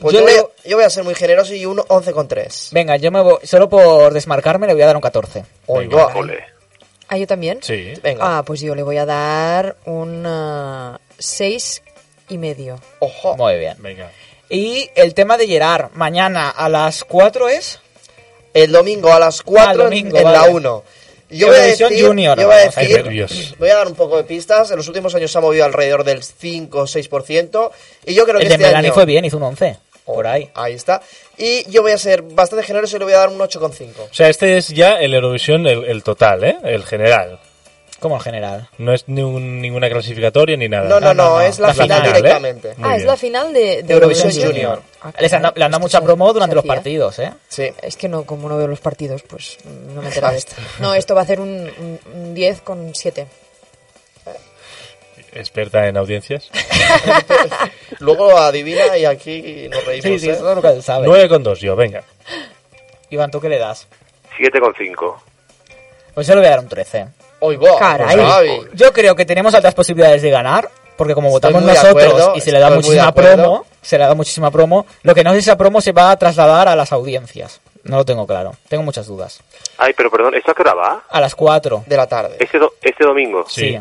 C: Pues
B: Yo
C: yo, voy
B: leo-
C: a, yo voy a ser muy generoso y un 11,3.
B: Venga, yo me voy... Solo por desmarcarme le voy a dar un 14.
C: Oigo.
A: Venga.
F: Ole.
D: ¿Ah, yo también?
A: Sí.
C: Venga.
D: Ah, pues yo le voy a dar un ah, seis y medio.
C: Ojo.
B: Muy Oh. bien.
A: Venga.
B: Y el tema de Gerard, mañana a las 4 es.
C: El domingo a las 4
B: Ah, el domingo,
C: en, en la
B: vale.
C: 1. Yo voy, a
B: Eurovisión
C: decir,
B: Junior,
C: yo voy a
B: vamos,
A: Qué
B: ahí
C: decir,
A: nervios.
C: voy a dar un poco de pistas. En los últimos años se ha movido alrededor del 5 o 6%. Y yo creo que
B: el de
C: este
B: Melanie
C: año...
B: fue bien, hizo un 11. Por ahí.
C: Ahí está. Y yo voy a ser bastante generoso y le voy a dar un 8,5.
A: O sea, este es ya el Eurovisión, el, el total, ¿eh? El general.
B: Como en general.
A: No es ni un- ninguna clasificatoria ni nada.
C: No, no, no,
B: no, no,
C: es la,
B: la
C: final,
A: final, ¿eh?
C: directamente.
A: Muy
D: ah, es
A: bien.
D: la final de, de
C: Eurovisión
D: Eurovisión
C: Junior.
D: Ah,
B: Les han,
D: claro,
B: dado- le han dado
D: es que
B: mucha
D: se-
B: promo
D: se
B: durante los
D: hacía.
B: partidos, ¿eh?
C: Sí.
D: Es que no, como no veo los partidos, pues no me entero de esto. No, esto va a ser un, un, un 10 con 7.
A: Experta en audiencias.
C: Luego lo adivina y aquí nos reímos.
B: Sí, sí,
C: ¿eh?
B: eso es lo que sabes.
A: 9,2 yo, venga.
B: Iván, ¿tú qué le das?
F: 7 con 5.
B: Pues yo le voy a dar un 13.
C: Oigo,
D: Caray.
C: Xavi.
B: Yo creo que tenemos altas posibilidades de ganar, porque como
C: Estoy
B: votamos
C: muy de
B: nosotros
C: acuerdo,
B: y se le da
C: estoy muy de
B: muchísima
C: acuerdo.
B: promo, se le da muchísima promo, lo que no sé si esa promo se va a trasladar a las audiencias. No lo tengo claro. Tengo muchas dudas.
F: Ay, pero perdón, ¿esto a qué hora va?
B: A las 4.
C: De la tarde.
F: Este, do- este domingo.
A: Sí.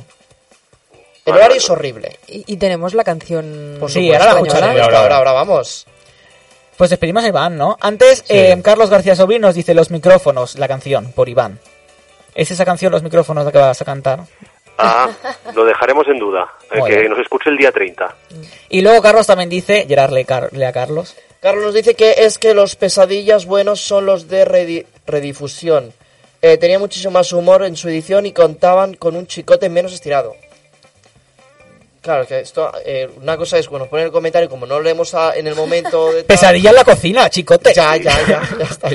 C: El horario es horrible.
D: Y, y tenemos la canción.
B: Por Sí, ahora la
D: española.
B: escucharemos.
C: Ahora, ahora, ahora, vamos.
B: Pues despedimos a Iván, ¿no? Antes, eh, Carlos García Sobrín nos dice los micrófonos, la canción, por Iván. ¿Es esa canción, los micrófonos, la que vas a cantar?
F: Ah, lo dejaremos en duda. Eh,
B: Muy
F: que
B: bien.
F: nos escuche el día 30.
B: Y luego Carlos también dice, Gerard lee, Car- lee a Carlos.
C: Carlos nos dice que es que los pesadillas buenos son los de redi- redifusión. Eh, tenía muchísimo más humor en su edición y contaban con un chicote menos estirado. Claro, que esto, eh, una cosa es cuando nos ponen el comentario, como no leemos a- en el momento de tal-
B: Pesadilla en la cocina, chicote.
C: Ya, ya, ya, ya está,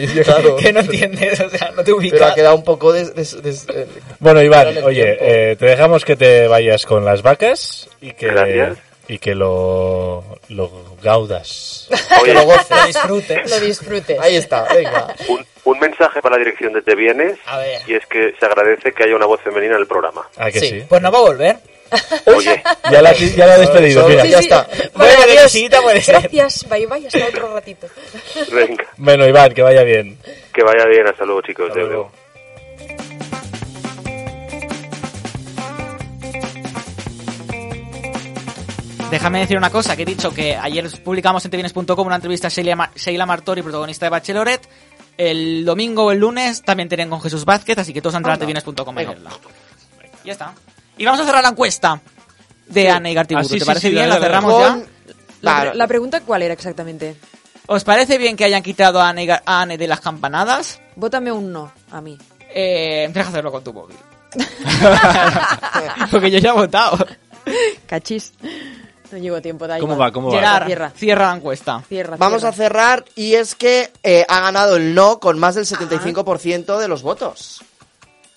C: claro.
B: que no entiendes, o sea, no te ubicas.
C: Pero ha quedado un poco des, des- des- eh,
A: Bueno, Iván,
C: Ahora el tiempo.
A: oye, eh, te dejamos que te vayas con las vacas y que,
F: Gracias.
A: y que lo, lo gaudas.
C: que lo
F: Oye,
C: goce.
B: Disfrutes.
D: Lo disfrutes.
C: Ahí está, venga.
F: un, un mensaje para la dirección de Te Vienes.
B: A ver.
F: Y es que se agradece que haya una voz femenina en el programa.
A: ¿A Ah, que sí?
B: Pues no va a volver.
F: Oye,
A: Ya la, ya la he despedido, mira.
C: Sí, ya está.
B: Bueno,
D: Vale,
B: que
D: adiós.
B: visita puede ser.
D: Gracias, bye bye, hasta otro ratito.
F: venga,
A: Bueno, Iván, que vaya bien.
F: que vaya bien. Hasta luego, chicos. Adeu, adeu.
B: Déjame decir una cosa, que he dicho que ayer publicamos en tvienes.com una entrevista a Sheila, Ma- Sheila Martori, protagonista de Bachelorette. El domingo o el lunes también tienen con Jesús Vázquez, así que todos entran a tvienes.com a verla. Ya está. Y vamos a cerrar la encuesta de Ana y Gartiburu.
H: Ah, sí,
B: ¿Te
H: sí,
B: parece
H: sí,
B: bien?
H: dale,
B: ¿La
H: dale.
B: cerramos ya?
D: Con- La, la pregunta, ¿cuál era exactamente?
B: ¿Os parece bien que hayan quitado a Anne, y Gar- a Anne de las campanadas?
D: Vótame un no a mí.
B: Eh, deja hacerlo con tu móvil. Porque yo ya he votado.
D: Cachis. No llevo tiempo, da
A: ¿Cómo
D: igual.
A: va? ¿Cómo va?
D: Gerard,
B: Gerard,
D: Cierra.
B: cierra la encuesta.
D: Cierra,
C: Vamos
D: cierra.
C: a cerrar y es que eh, ha ganado el no con más del 75% de los votos.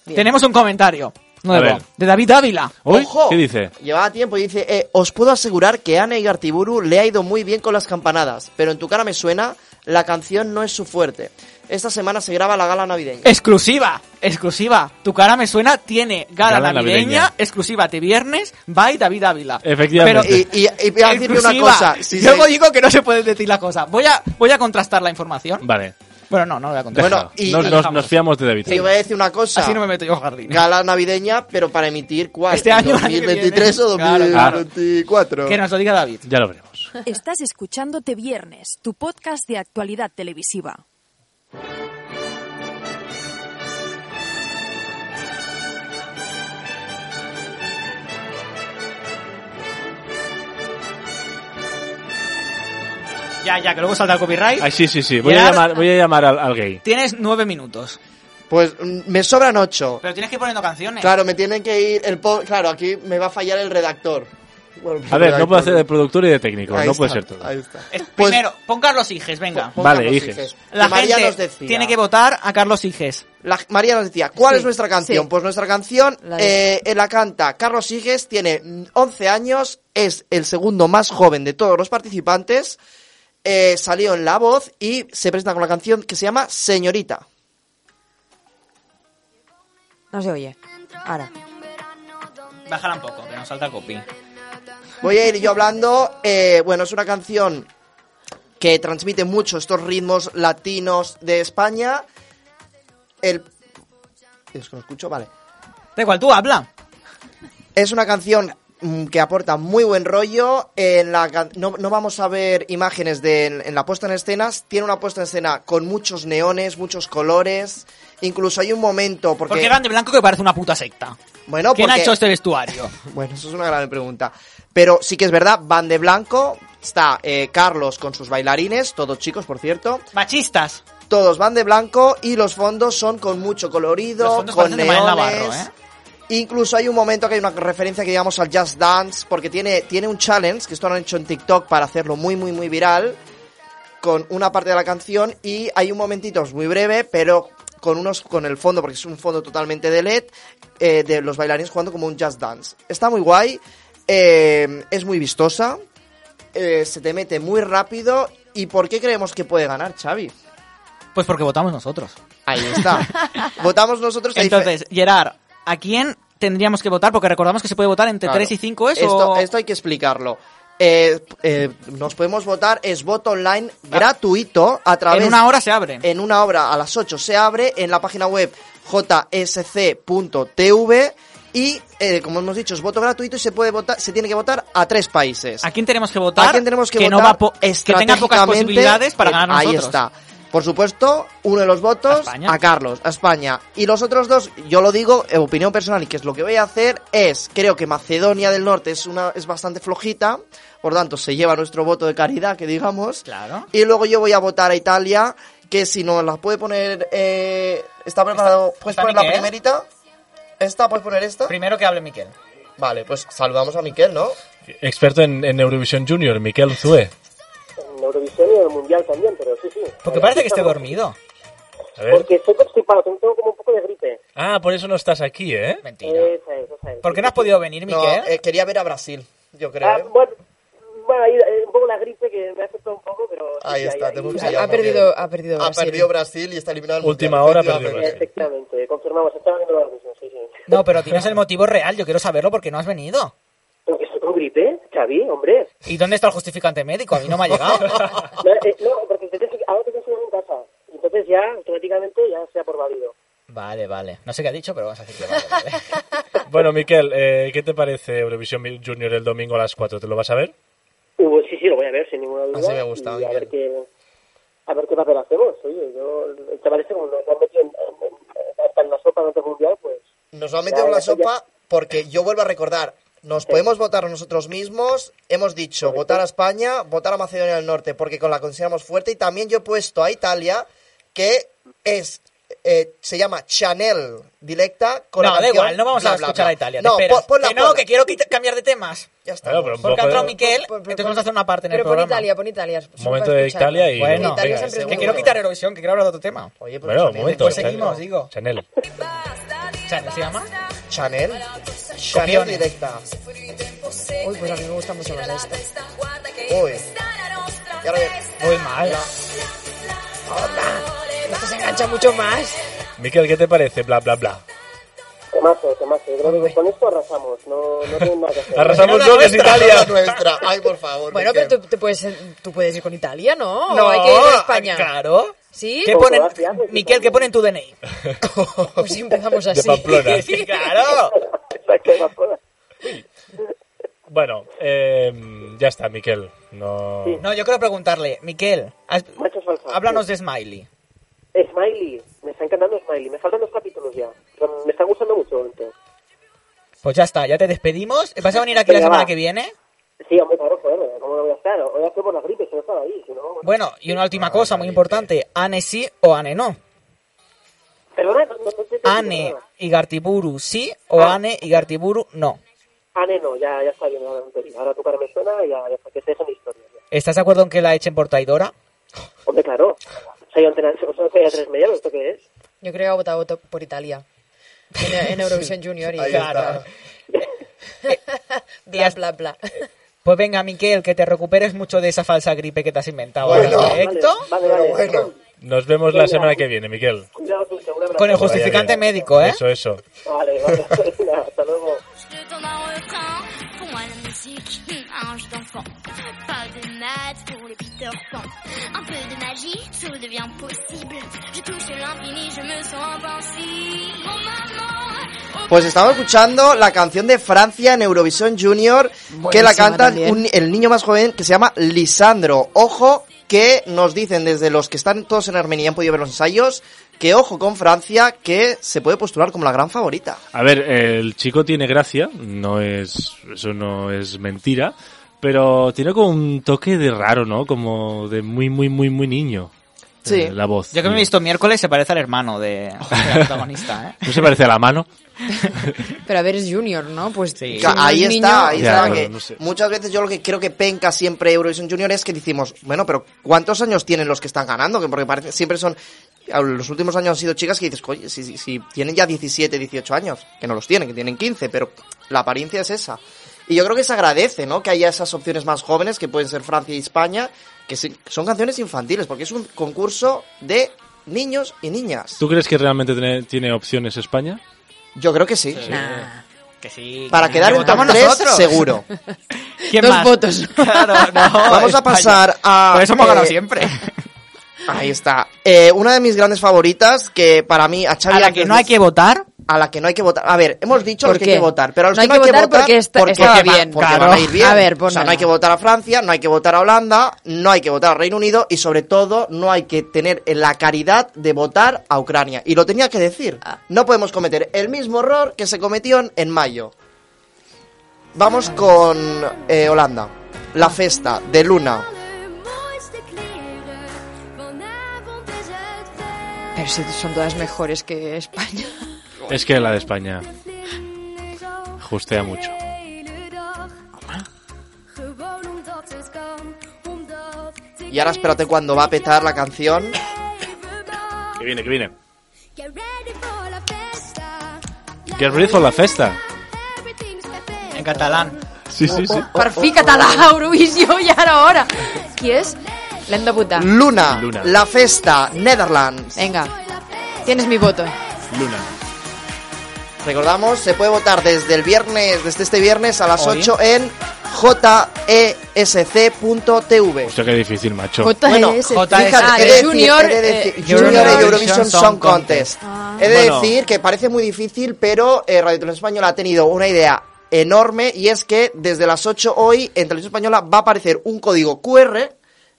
D: Bien.
B: Tenemos un comentario
A: A
B: nuevo
A: ver.
B: de David Ávila.
A: Uy,
C: ¡Ojo!
A: ¿Qué dice?
C: Llevaba tiempo y dice, eh, os puedo asegurar que a Ana Igartiburu le ha ido muy bien con las campanadas, pero en tu cara me suena, la canción no es su fuerte. Esta semana se graba la gala navideña.
B: Exclusiva, exclusiva. Tu cara me suena, tiene gala,
A: Gala
B: navideña,
A: navideña.
B: exclusiva de viernes, by David Ávila.
A: Efectivamente.
B: Pero-
C: y, y, y voy a decirle una
B: Exclusiva.
C: cosa. si
B: Luego
C: se-
B: digo que no se puede decir la cosa. Voy a, voy a contrastar la información.
A: Vale.
B: Bueno, no, no lo voy a contrastar.
C: Bueno,
A: Bueno,
C: y-
A: nos,
C: y-
A: nos, nos fiamos de David.
C: Te voy a decir una cosa.
B: Así no me meto yo jardín.
C: Gala navideña, pero para emitir cuál.
B: Este año, el año que
C: 2023 o
B: viene. Claro,
A: claro.
C: 2024.
B: Que nos lo diga David.
A: Ya lo veremos.
E: Estás escuchando Te Viernes, tu podcast de actualidad televisiva.
B: Ya, ya, que luego salta el copyright.
A: Ah, sí, sí, sí. Voy a
B: Gerard-
A: llamar, voy a llamar al, al gay.
B: Tienes nueve minutos.
C: Pues mm, me sobran ocho.
B: Pero tienes que ir poniendo canciones.
C: Claro, me tienen que ir. El po- claro, aquí me va a fallar el redactor. Bueno,
A: A
C: el
A: ver, no
C: redactor.
A: puedo hacer de productor y de técnico.
C: Ahí
A: no puede
C: está,
A: ser todo.
C: Ahí está.
B: Es-
C: Pues-
B: Primero, pon Carlos Higes, venga.
C: Pon
A: Vale,
C: Carlos
A: hijes.
C: Higes.
B: La
C: pues Que María
B: gente
C: nos decía-
B: tiene que votar a Carlos Higes.
C: La- María nos decía, ¿cuál
D: Sí,
C: es nuestra canción?
D: sí.
C: Pues nuestra canción
D: La de-
C: eh, la canta Carlos Higes, tiene mm, 11 años, es el segundo más joven de todos los participantes, eh, salió en La Voz y se presenta con la canción que se llama Señorita.
D: No se oye. Ahora.
B: Bájala un poco, que nos salta el copy.
C: Voy a ir yo hablando, eh, bueno, es una canción que transmite mucho estos ritmos latinos de España. El... Es que no escucho, vale.
B: Da igual, tú habla.
C: Es una canción mm, que aporta muy buen rollo. En la can- no, no vamos a ver imágenes de, en, en la puesta en escenas. Tiene una puesta en escena con muchos neones, muchos colores. Incluso hay un momento porque...
B: Porque van de blanco que parece una puta secta.
C: Bueno,
B: ¿Quién ha
C: porque-
B: hecho este vestuario?
C: Bueno, eso es una gran pregunta. Pero sí que es verdad, van de blanco. Está eh, Carlos con sus bailarines, todos chicos, por cierto.
B: Machistas.
C: Todos van de blanco y los fondos son con mucho
B: Los
C: colorido,
B: fondos
C: con
B: parecen de Manuel
C: neones.
B: Navarro, ¿eh?
C: Incluso hay un momento que hay una referencia que digamos al Just Dance, porque tiene, tiene un challenge, que esto lo han hecho en TikTok para hacerlo muy, muy, muy viral, con una parte de la canción y hay un momentito, es muy breve, pero con unos con el fondo, porque es un fondo totalmente de LED, eh, de los bailarines jugando como un Just Dance. Está muy guay, eh, es muy vistosa, eh, se te mete muy rápido. ¿Y por qué creemos que puede ganar, Xavi?
B: Pues porque votamos nosotros.
C: Ahí está. Votamos nosotros. e dice-
B: Entonces, Gerard, ¿a quién tendríamos que votar? Porque recordamos que se puede votar entre
C: Claro.
B: 3 y 5, eso.
C: Esto, esto hay que explicarlo. Eh, eh, nos podemos votar, es voto online gratuito a través...
B: en una hora se abre.
C: En una hora a las 8 se abre en la página web jsc.tv y, eh, como hemos dicho, es voto gratuito y se puede votar, se tiene que votar a tres países.
B: ¿A quién tenemos que votar?
C: ¿A quién tenemos que,
B: que
C: votar
B: no va po- que tenga pocas
C: estratégicamente?
B: posibilidades para
C: Eh,
B: ganar
C: Ahí
B: nosotros.
C: está. Por supuesto, uno de los
B: ¿A
C: votos
B: España?
C: a, Carlos, a España. Y los otros dos, yo lo digo, en opinión personal, y que es lo que voy a hacer, es, creo que Macedonia del Norte es, una, es bastante flojita, por tanto, se lleva nuestro voto de caridad, que digamos.
B: Claro.
C: Y luego yo voy a votar a Italia, que si nos la puede poner... eh, ¿Está preparado? ¿Puedes
G: está
C: poner la
G: Miquel?
C: primerita? ¿Esta? ¿Puedes poner esta?
G: Primero que hable Miquel.
C: Vale, pues saludamos a Miquel, ¿no?
I: Experto en, en Eurovisión Junior, Miquel Zue.
F: En Eurovisión y en el Mundial también, pero sí, sí.
G: Porque parece que esté dormido.
I: A ver.
F: estoy constipado, tengo como un poco de gripe.
I: Ah, por eso no estás aquí, ¿eh?
G: Mentira.
F: Esa es, esa es.
G: ¿Por qué no has podido venir,
C: No,
G: Miquel?
C: eh, quería ver a Brasil, yo creo.
F: Ah,
C: ¿eh?
F: bueno, bueno, ahí, eh, un poco la gripe que me ha afectado un poco, pero... sí,
C: Ahí
F: sí,
C: está,
F: ahí-
C: te
F: ahí-
C: hemos
F: ahí-
C: pillado.
D: Ha perdido, ha perdido
C: Ha
D: Brasil.
C: perdido Brasil y está eliminado el
I: Última
C: Mundial,
I: hora perdió
C: efectivamente.
I: Brasil.
F: Efectivamente, confirmamos, está ganando la Eurovisión, sí, sí.
G: No, pero tienes el motivo real. Yo quiero saberlo porque no has venido.
F: Pero que estoy con gripe, Xavi, hombre.
G: ¿Y dónde está el justificante médico? A mí no me ha llegado.
F: No, eh, no, porque te tienes que- ahora te tienes que quedar en casa. Entonces ya, automáticamente, ya sea por válido.
G: Vale, vale. No sé qué ha dicho, pero vamos a decir que vale. vale.
I: Bueno, Miquel, eh, ¿qué te parece Eurovisión Junior el domingo a las 4? ¿Te lo vas a ver?
F: Uh, sí, sí, lo voy a ver, sin ninguna duda.
C: Así me ha gustado,
F: y a
C: Miguel.
F: ver qué... A ver qué papel hacemos, oye, yo... ¿Te parece como nos han metido en- en- en- hasta en la sopa de mundial? Pues
C: Nos va a meter una sopa porque yo vuelvo a recordar, nos podemos votar a nosotros mismos, hemos dicho votar a España, votar a Macedonia del Norte porque con la consideramos fuerte y también yo he puesto a Italia que es
J: eh, se llama Chanel Directa con
G: no,
J: la
G: da
J: canción
G: igual, no vamos
J: bla,
G: a
J: bla,
G: escuchar
J: bla.
G: a Italia.
J: No,
G: te esperas.
J: pon- ponla,
G: que no,
J: ponla.
G: que quiero quita- cambiar de temas.
J: Ya está.
I: Bueno, pero un
G: Porque ha
I: poco
G: entrado
I: de-
G: Miquel,
J: Pon- pon-
G: entonces vamos a hacer una parte en el
D: Pero pon
G: programa.
D: Italia, pon Italia. solo
I: Momento
D: para
I: de
D: escucharlo.
I: Italia y-
G: Bueno,
D: Italia
I: venga,
D: siempre es
G: Te
D: muy
G: quiero
D: bueno.
G: quitar erosión, que quiero hablar de otro tema.
J: Oye, pero
I: Bueno, un
J: Chanel,
C: ¿eh?
I: momento.
G: Pues
J: ¿en serio?
G: seguimos, digo.
I: Chanel.
G: ¿Chanel se llama?
J: Chanel. Chanel
G: Copiones.
J: Directa.
D: Uy, pues a mí me gusta mucho más esta.
J: Uy. Y ahora
D: Pues
G: Muy mal.
D: Esto se engancha mucho más.
I: Miquel, ¿qué te parece? Bla, bla, bla.
K: Temazo, temazo. Yo creo que con esto arrasamos. No, no tengo nada que hacer.
I: Arrasamos
G: la
I: no, que es
G: nuestra.
I: Italia.
J: la nuestra. Ay, por favor.
D: Bueno,
J: Miquel.
D: pero tú, te puedes, tú puedes ir con Italia, ¿no? ¿O hay que ir a España.
G: Claro.
D: ¿Sí?
J: Pues
G: ¿Qué ponen?
K: Croacia, ¿no?
G: Miquel, ¿qué ponen tu DNI?
D: Pues si empezamos
I: De
D: así.
I: Pamplona.
G: Sí, claro.
I: Bueno, eh, ya está, Miquel. No.
G: No, yo quiero preguntarle, Miquel, has-
K: Macho salsa.
G: háblanos de Smiley.
K: Smiley. Me está encantando Smiley. Me faltan dos capítulos ya. Pero Me está gustando mucho. entonces.
G: Pues ya está, ya te despedimos. ¿Vas a venir aquí la
K: Venga,
G: semana
K: va.
G: que viene?
K: Sí, hombre, claro, joder. ¿Cómo lo voy a estar? Hoy hace por la gripe, si no estaba ahí. Si no, bueno.
G: Bueno, y una
I: Ah,
G: última cosa muy importante. Ane sí o Ane no.
K: Perdona, no, no, no te-
G: Ane
K: perdona.
G: y Gartiburu sí o
K: Ah.
G: Ane y Gartiburu no.
K: Ane no, ya, ya está bien. Ahora, no te digo. ahora tu cara me suena y ya, ya está, que se dejen historias. ya.
G: ¿Estás de acuerdo en que la echen por traidora?
K: Hombre, claro. Soy antena, soy a tres medias, ¿esto qué es?
D: Yo creo que ha votado to- por Italia. En, en Eurovisión Junior y
J: Ahí
D: claro.
J: está.
D: Bla, bla, bla.
G: Eh, Pues venga, Miquel, que te recuperes mucho de esa falsa gripe que te has inventado
J: Bueno.
G: ahora en directo.
K: Vale,
J: Pero
K: vale.
J: bueno.
I: Nos vemos la semana que viene, Miquel.
K: Cuidado tú, seguro. que me
G: Con el
K: la-
G: justificante
I: Vaya bien.
G: médico, ¿eh?
I: Eso, eso.
K: Vale, vale. Venga, Hasta luego.
L: Pour moi, la musique, hmm, un jeu d'enfant. Pas de maths pour les Peter Pan. Un peu de magie, tout devient possible. Je touche l'infini, je me sens invincible. Oh maman, oh
C: Pues estamos escuchando la canción de Francia en Eurovisión Junior, que la
D: Buenísima
C: canta
D: también.
C: un- el niño más joven que se llama Lisandro. Ojo que nos dicen desde los que están todos en Armenia y han podido ver los ensayos, que ojo con Francia, que se puede postular como la gran favorita.
A: A ver, el chico tiene gracia, no es, eso no es mentira, pero tiene como un toque de raro, ¿no? Como de muy, muy, muy, muy niño.
C: Sí.
A: Eh, la voz.
G: Yo que me he visto miércoles se parece al hermano de, de la protagonista, ¿eh?
A: ¿No se parece a la mano?
D: Pero a ver, es Junior, ¿no? Pues
G: Sí.
D: si
C: Ca-
D: no
C: ahí
D: es
C: está,
D: niño-
C: ahí
A: Ya,
C: está.
A: bueno,
C: que
A: no sé.
C: Muchas veces yo lo que creo que penca siempre Eurovision Junior es que decimos, bueno, pero ¿cuántos años tienen los que están ganando? Que Porque parece, siempre son, a los últimos años han sido chicas que dices, oye, si, si- si tienen ya 17, 18 años, que no los tienen, que tienen 15, pero la apariencia es esa. Y yo creo que se agradece, ¿no? Que haya esas opciones más jóvenes, que pueden ser Francia y España, que sí- que son canciones infantiles, porque es un concurso de niños y niñas.
A: ¿Tú crees que realmente tiene, tiene opciones España?
C: Yo creo que sí.
D: Nah.
G: Que sí.
C: Para
G: que-
C: quedar
G: que
C: en top
G: votamos
C: 3,
G: nosotros.
C: seguro.
G: ¿Quién
D: Dos
G: más?
D: votos.
G: Claro, no,
C: Vamos a
G: España.
C: pasar a...
G: Por eso hemos ganado
C: eh,
G: siempre.
C: Ahí está. Eh, una de mis grandes favoritas, que para mí a Xavi
G: A la
C: antes
G: que no
C: de-
G: hay que votar.
C: a la que no hay que votar. A ver, hemos dicho a los
D: ¿Por
C: que hay que
D: qué?
C: votar, pero a los
D: No
C: que
D: hay
C: no
D: que
C: hay que
D: votar
C: votar
D: porque esta- estaba
C: van-
D: bien,
C: porque
D: claro.
C: van a ir bien.
D: A ver,
C: o sea,
D: ponla.
C: no hay que votar a Francia, no hay que votar a Holanda, no hay que votar a Reino Unido y sobre todo no hay que tener la caridad de votar a Ucrania. Y lo tenía que decir.
D: Ah.
C: No podemos cometer el mismo error que se cometió en, en mayo. Vamos con eh, Holanda. La festa de Luna.
L: le mooiste kleren van avond is het feest.
D: Pero si son todas mejores que España.
A: Es que la de España
L: De vlinders al
A: justea mucho.
L: de hele dag. Gewoon omdat het kan, omdat ik
C: Y ahora espérate cuando va a petar la canción.
L: even wacht.
A: Que viene, que viene.
L: Get ready
A: Get ready
L: for la festa.
A: for la festa.
L: Everything's
G: En
L: perfect.
G: catalán.
A: Sí, sí,
C: Oh,
A: sí.
D: Per fi català, Eurovisió, i ara, ara. Qui és? L'hem de votar.
C: Mm. Luna,
A: Luna.
C: la festa, Netherlands.
D: Venga, tienes mi voto.
A: Luna.
C: Recordamos, se puede votar desde el viernes, desde este viernes a las
G: Hoy.
C: 8 en jesc.tv.
A: Hostia, qué difícil, macho.
G: Pues-
D: JS.
G: Bueno, JS.
C: Fíjate,
D: Ah,
C: he de
D: de
C: decir-
D: Junior.
C: he de decir-
D: eh, Ah.
C: Junior
G: Eurovision
C: Eurovision
G: Song
C: Song Contest. He de
A: Bueno.
C: decir que parece muy difícil, pero eh, Radio Televisión Española ha tenido una idea enorme y es que desde las 8 hoy en Televisión Española va a aparecer un código QR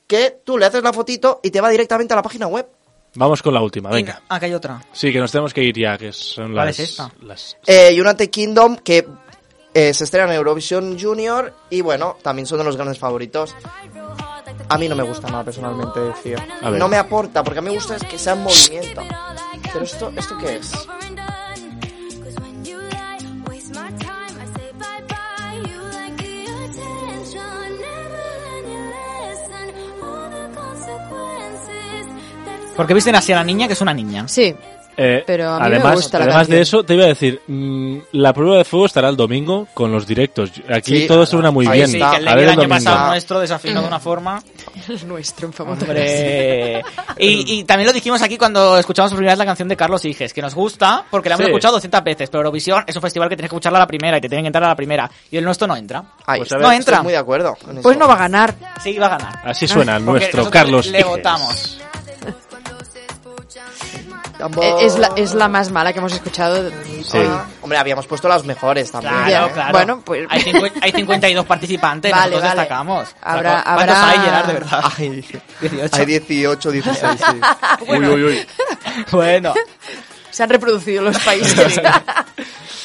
C: que tú le haces la fotito y te va directamente a la página web.
A: Vamos con la última, venga.
G: Ah, que hay otra.
A: Sí, que nos tenemos que ir ya, que son
G: ¿Cuál
A: las...
G: es esta?
A: las-
C: Eh, United Kingdom que eh, se estrena en Eurovision Junior y bueno, también son de los grandes favoritos. A mí no me gusta nada personalmente, tío.
A: A ver.
C: No me aporta, porque a mí me gusta es que sea en movimiento.
J: Pero esto, ¿esto qué es?
B: Porque visten así a la niña, que es una niña.
D: Sí.
A: Eh,
D: Pero a mí me
A: además,
D: gusta la
A: además
D: canción.
A: de eso, te iba a decir, mm, la prueba de fuego estará el domingo con los directos. Aquí
C: Sí,
A: todo suena muy
C: ahí
A: bien.
B: Sí, que el,
A: a
B: del
A: ver el
B: año
A: domingo.
B: pasado nuestro desafinó de una forma.
D: El nuestro, en favor.
B: Hombre. Y, y también lo dijimos aquí cuando escuchamos por primera vez la canción de Carlos Higes, que nos gusta porque la hemos
A: Sí.
B: escuchado 200 veces, pero Eurovisión es un festival que tienes que escucharla a la primera y te tienen que entrar a la primera. Y el nuestro no entra.
C: Ahí
A: Pues
C: está.
A: a ver,
B: no
A: estoy
B: entra.
C: muy de acuerdo. con
D: Pues
C: eso.
D: no va a ganar.
B: Sí, va a ganar.
A: Así suena el
B: Porque
A: nuestro,
B: nosotros
A: Carlos.
B: Le
A: Higes.
B: votamos.
C: Tambor.
D: Eh, Es la, es la más mala que hemos escuchado.
A: Sí.
C: Ah, Hombre, habíamos puesto las mejores también. ¿eh?
B: Claro,
D: Ya.
B: claro.
D: Bueno, pues-
B: Hay, cincu- hay 52 participantes,
D: Vale,
B: nosotros
D: vale.
B: destacamos.
D: Habrá-
B: ¿Cuántos
D: habrá-
B: hay, Gerard, de verdad?
C: Hay,
B: 18.
C: hay 18, 16, sí. Uy, uy, uy.
B: Bueno,
D: Se han reproducido los países.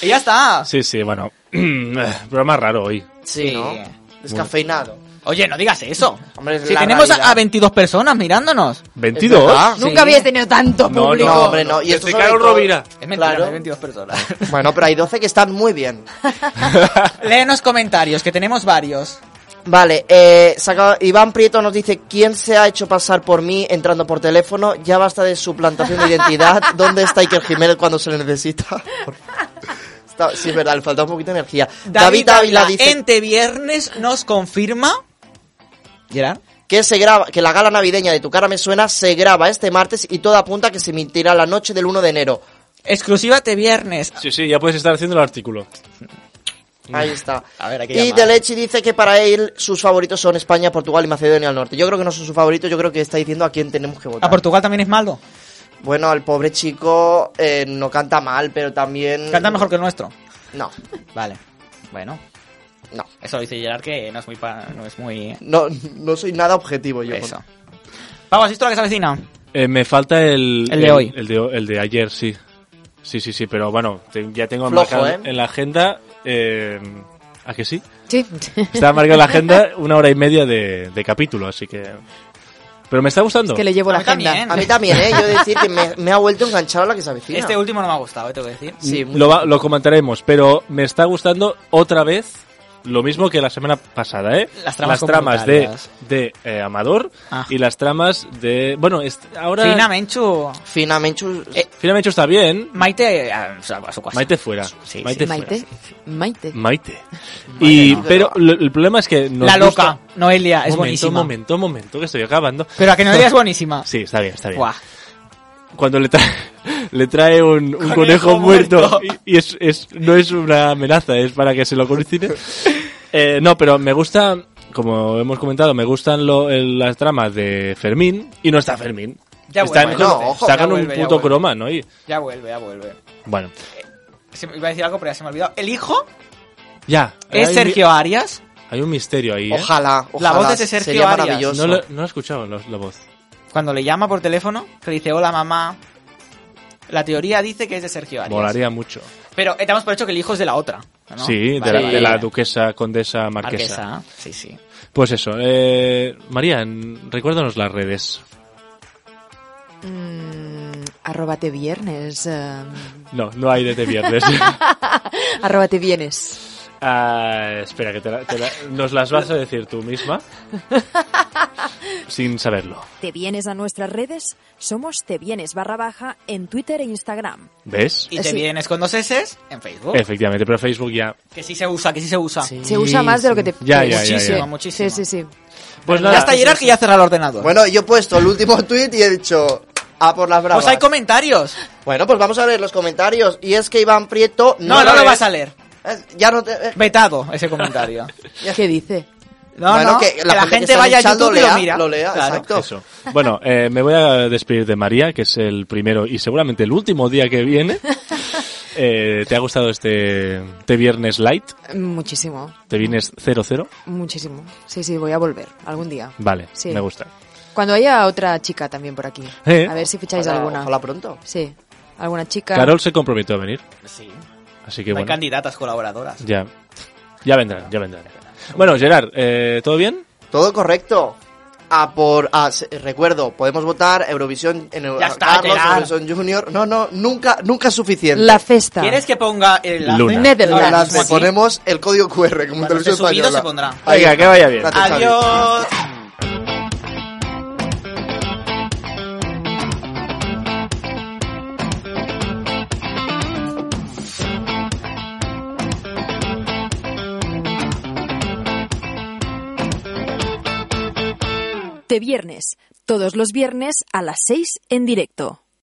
B: y ya está.
A: Sí, sí, bueno. Programa raro hoy.
C: Sí, ¿no? Descafeinado.
B: Oye, no digas eso.
C: Hombre, es
B: Si
C: la
B: tenemos a-
C: realidad.
B: a 22 personas mirándonos.
A: 22.
D: Nunca habías tenido tanto
A: No,
D: público.
C: No, hombre, no. Y
A: Ah. Que
C: esto
A: se
C: sobre
A: cae un
C: todo-
A: Rovira.
B: Es mentira,
C: Claro.
B: hay 22 personas.
C: Bueno, pero hay 12 que están muy bien.
B: Léenos comentarios, que tenemos varios.
C: Vale, eh, saca- Iván Prieto nos dice, ¿quién se ha hecho pasar por mí entrando por teléfono? Ya basta de suplantación de identidad. ¿Dónde está Iker Jiménez cuando se le necesita? Está- sí, es verdad, le falta un poquito de energía. David Ávila dice
B: Ente Viernes nos confirma. Gerard.
C: que, se graba, que la gala navideña de Tu cara me suena se graba este martes y todo apunta a que se emitirá la noche del 1 de enero.
B: Exclusiva Te Viernes.
A: Sí, sí, ya puedes estar haciendo el artículo.
C: Ahí está.
B: A ver, hay que
C: y
B: llamar.
C: Delechi dice que para él sus favoritos son España, Portugal y Macedonia del Norte. Yo creo que no son sus favoritos, yo creo que está diciendo a quién tenemos que votar.
B: A Portugal también es malo.
C: Bueno, el pobre chico eh, no canta mal, pero también...
B: Canta mejor que el nuestro.
C: No,
B: Mm. Vale. Bueno,
C: no.
B: eso lo dice Gerard que no es muy. pa- No es muy.
C: No, no soy nada objetivo yo.
B: Eso. Pablo, ¿has visto la que se avecina?
A: Eh, me falta el,
B: El de hoy.
A: El de, el de ayer, sí. Sí, sí, sí, pero bueno, te- ya tengo
C: Flojo,
A: marcado
C: ¿eh?
A: en la agenda. eh, ¿A que sí?
D: Sí.
A: Está marcado en la agenda una hora y media de, de capítulo, así que. Pero me está gustando.
D: Es que le llevo
B: A
D: la
B: mí
D: agenda.
B: también.
C: A mí también, ¿eh? Yo decir que me, me ha vuelto enganchado la que se avecina.
B: Este último no me ha gustado, eh, tengo que decir.
C: Sí,
A: lo, va- lo comentaremos, pero me está gustando otra vez lo mismo que la semana pasada, ¿eh?
B: Las tramas
A: de,
B: comunitarias.
A: de eh, Amador
B: Ah.
A: y las tramas de. Bueno, es- ahora.
B: Fina Menchu.
C: Fina Menchu...
B: Eh,
A: Finalmente está bien.
B: Maite. eh, A su, a su casa.
A: Maite fuera.
B: Sí,
A: Maite fuera.
D: Maite. Maite.
A: Maite. Y,
C: no.
A: pero lo- el problema es que nos
B: La
A: gusta-
B: loca, Noelia, es
A: momento,
B: buenísima.
A: momento, momento, que estoy acabando.
B: Pero a que Noelia es buenísima.
A: Sí, está bien, está bien.
B: Guau.
A: Cuando le trae, le trae un, un conejo, muerto, y, y es, es- no es una amenaza, es para que se lo coincide. Eh, no, pero me gusta, como hemos comentado, me gustan lo- el- las tramas de Fermín y no está Fermín.
B: Ya
A: Está
B: vuelve,
A: con-
C: no, ojo,
A: está
B: ya
A: con un
B: vuelve, ya
A: puto
B: vuelve.
A: croma, ¿no? Y,
B: Ya vuelve, ya vuelve.
A: bueno,
B: Se me- iba a decir algo, pero ya se me ha olvidado. El hijo
A: ya.
B: es
A: hay-
B: Sergio Arias.
A: Hay un misterio ahí. ¿eh?
C: Ojalá,
B: La
C: ojalá.
B: voz es de Sergio
C: Sería
B: Arias.
C: maravilloso.
A: No lo, no lo he escuchado la, la voz.
B: Cuando le llama por teléfono, que le dice hola mamá. La teoría dice que es de Sergio Arias.
A: Molaría mucho.
B: Pero estamos por hecho que el hijo es de la otra. ¿no?
A: Sí,
B: Vale,
A: de, la,
B: vale,
A: de la
B: vale.
A: duquesa, condesa, marquesa.
B: Marquesa. Sí, sí.
A: Pues eso, eh, María, en- recuérdanos las redes.
D: Mm, arróbate viernes. eh,
A: No, no hay de te pierdes.
D: arróbate vienes.
A: Ah, espera, que te la- te la- nos las vas a decir tú misma sin saberlo.
E: Te vienes a nuestras redes, somos Te vienes barra baja en Twitter e Instagram.
A: ¿Ves?
B: Y te
D: Sí.
B: vienes con dos S en Facebook.
A: Efectivamente, pero Facebook ya.
B: Que sí se usa, que sí se usa.
D: Se usa más de lo que te
A: Ya, ya, ya,
D: Sí, sí.
A: ya.
B: Muchísimo.
D: Sí, sí, sí.
A: Pues
B: Ya
A: nada,
B: está Gerard que ya cerrado el ordenador.
C: Bueno, yo he puesto el último tweet y he dicho... A por las bravas.
B: pues hay comentarios.
C: Bueno, pues vamos a leer los comentarios. Y es que Iván Prieto...
B: No, no, lo vas a leer.
C: Eh, Ya no te... eh,
B: Vetado ese comentario.
D: ¿Qué dice?
B: No,
C: Bueno,
B: no,
C: que
B: que
C: la
B: la,
C: gente que
B: gente
C: está en
B: vaya a
C: el chat lo
B: YouTube y
C: lea,
B: lo mira.
C: lo lea,
B: Claro.
C: exacto.
A: eso. Bueno, eh, me voy a despedir de María, que es el primero y seguramente el último día que viene. Eh, ¿Te ha gustado este, este viernes light?
D: Muchísimo,
A: ¿Te vienes 00?
D: muchísimo. Sí, sí, voy a volver algún día.
A: Vale,
D: Sí.
A: me gusta.
D: Cuando haya otra chica también por aquí.
A: Eh.
D: A ver si ficháis
C: ojalá-
D: alguna.
C: Ojalá pronto.
D: Sí, alguna chica.
A: Carol se comprometió a venir,
B: Sí.
A: así que
B: Hay
A: bueno.
B: candidatas colaboradoras.
A: Ya. Ya vendrán, ya vendrán. Bueno, Gerard, eh, ¿todo bien?
C: Todo correcto. a por. a- se- recuerdo, podemos votar Eurovisión en Euro-
B: Ya está,
C: Carlos,
B: Gerard.
C: Eurovisión Junior. No, no, nunca, nunca es suficiente.
M: La festa.
B: ¿Quieres que ponga el enlace?
C: Luna.
B: Netherlands.
C: Ahora mismo
B: Así.
C: ponemos el código QR como en
B: Cuando esté
C: televisión
B: subido
C: española.
B: se pondrá.
C: Ahí
N: Venga,
C: está.
N: que vaya bien.
C: Gracias, Xavi.
B: Adiós.
D: De viernes, todos los viernes a las 6 en directo.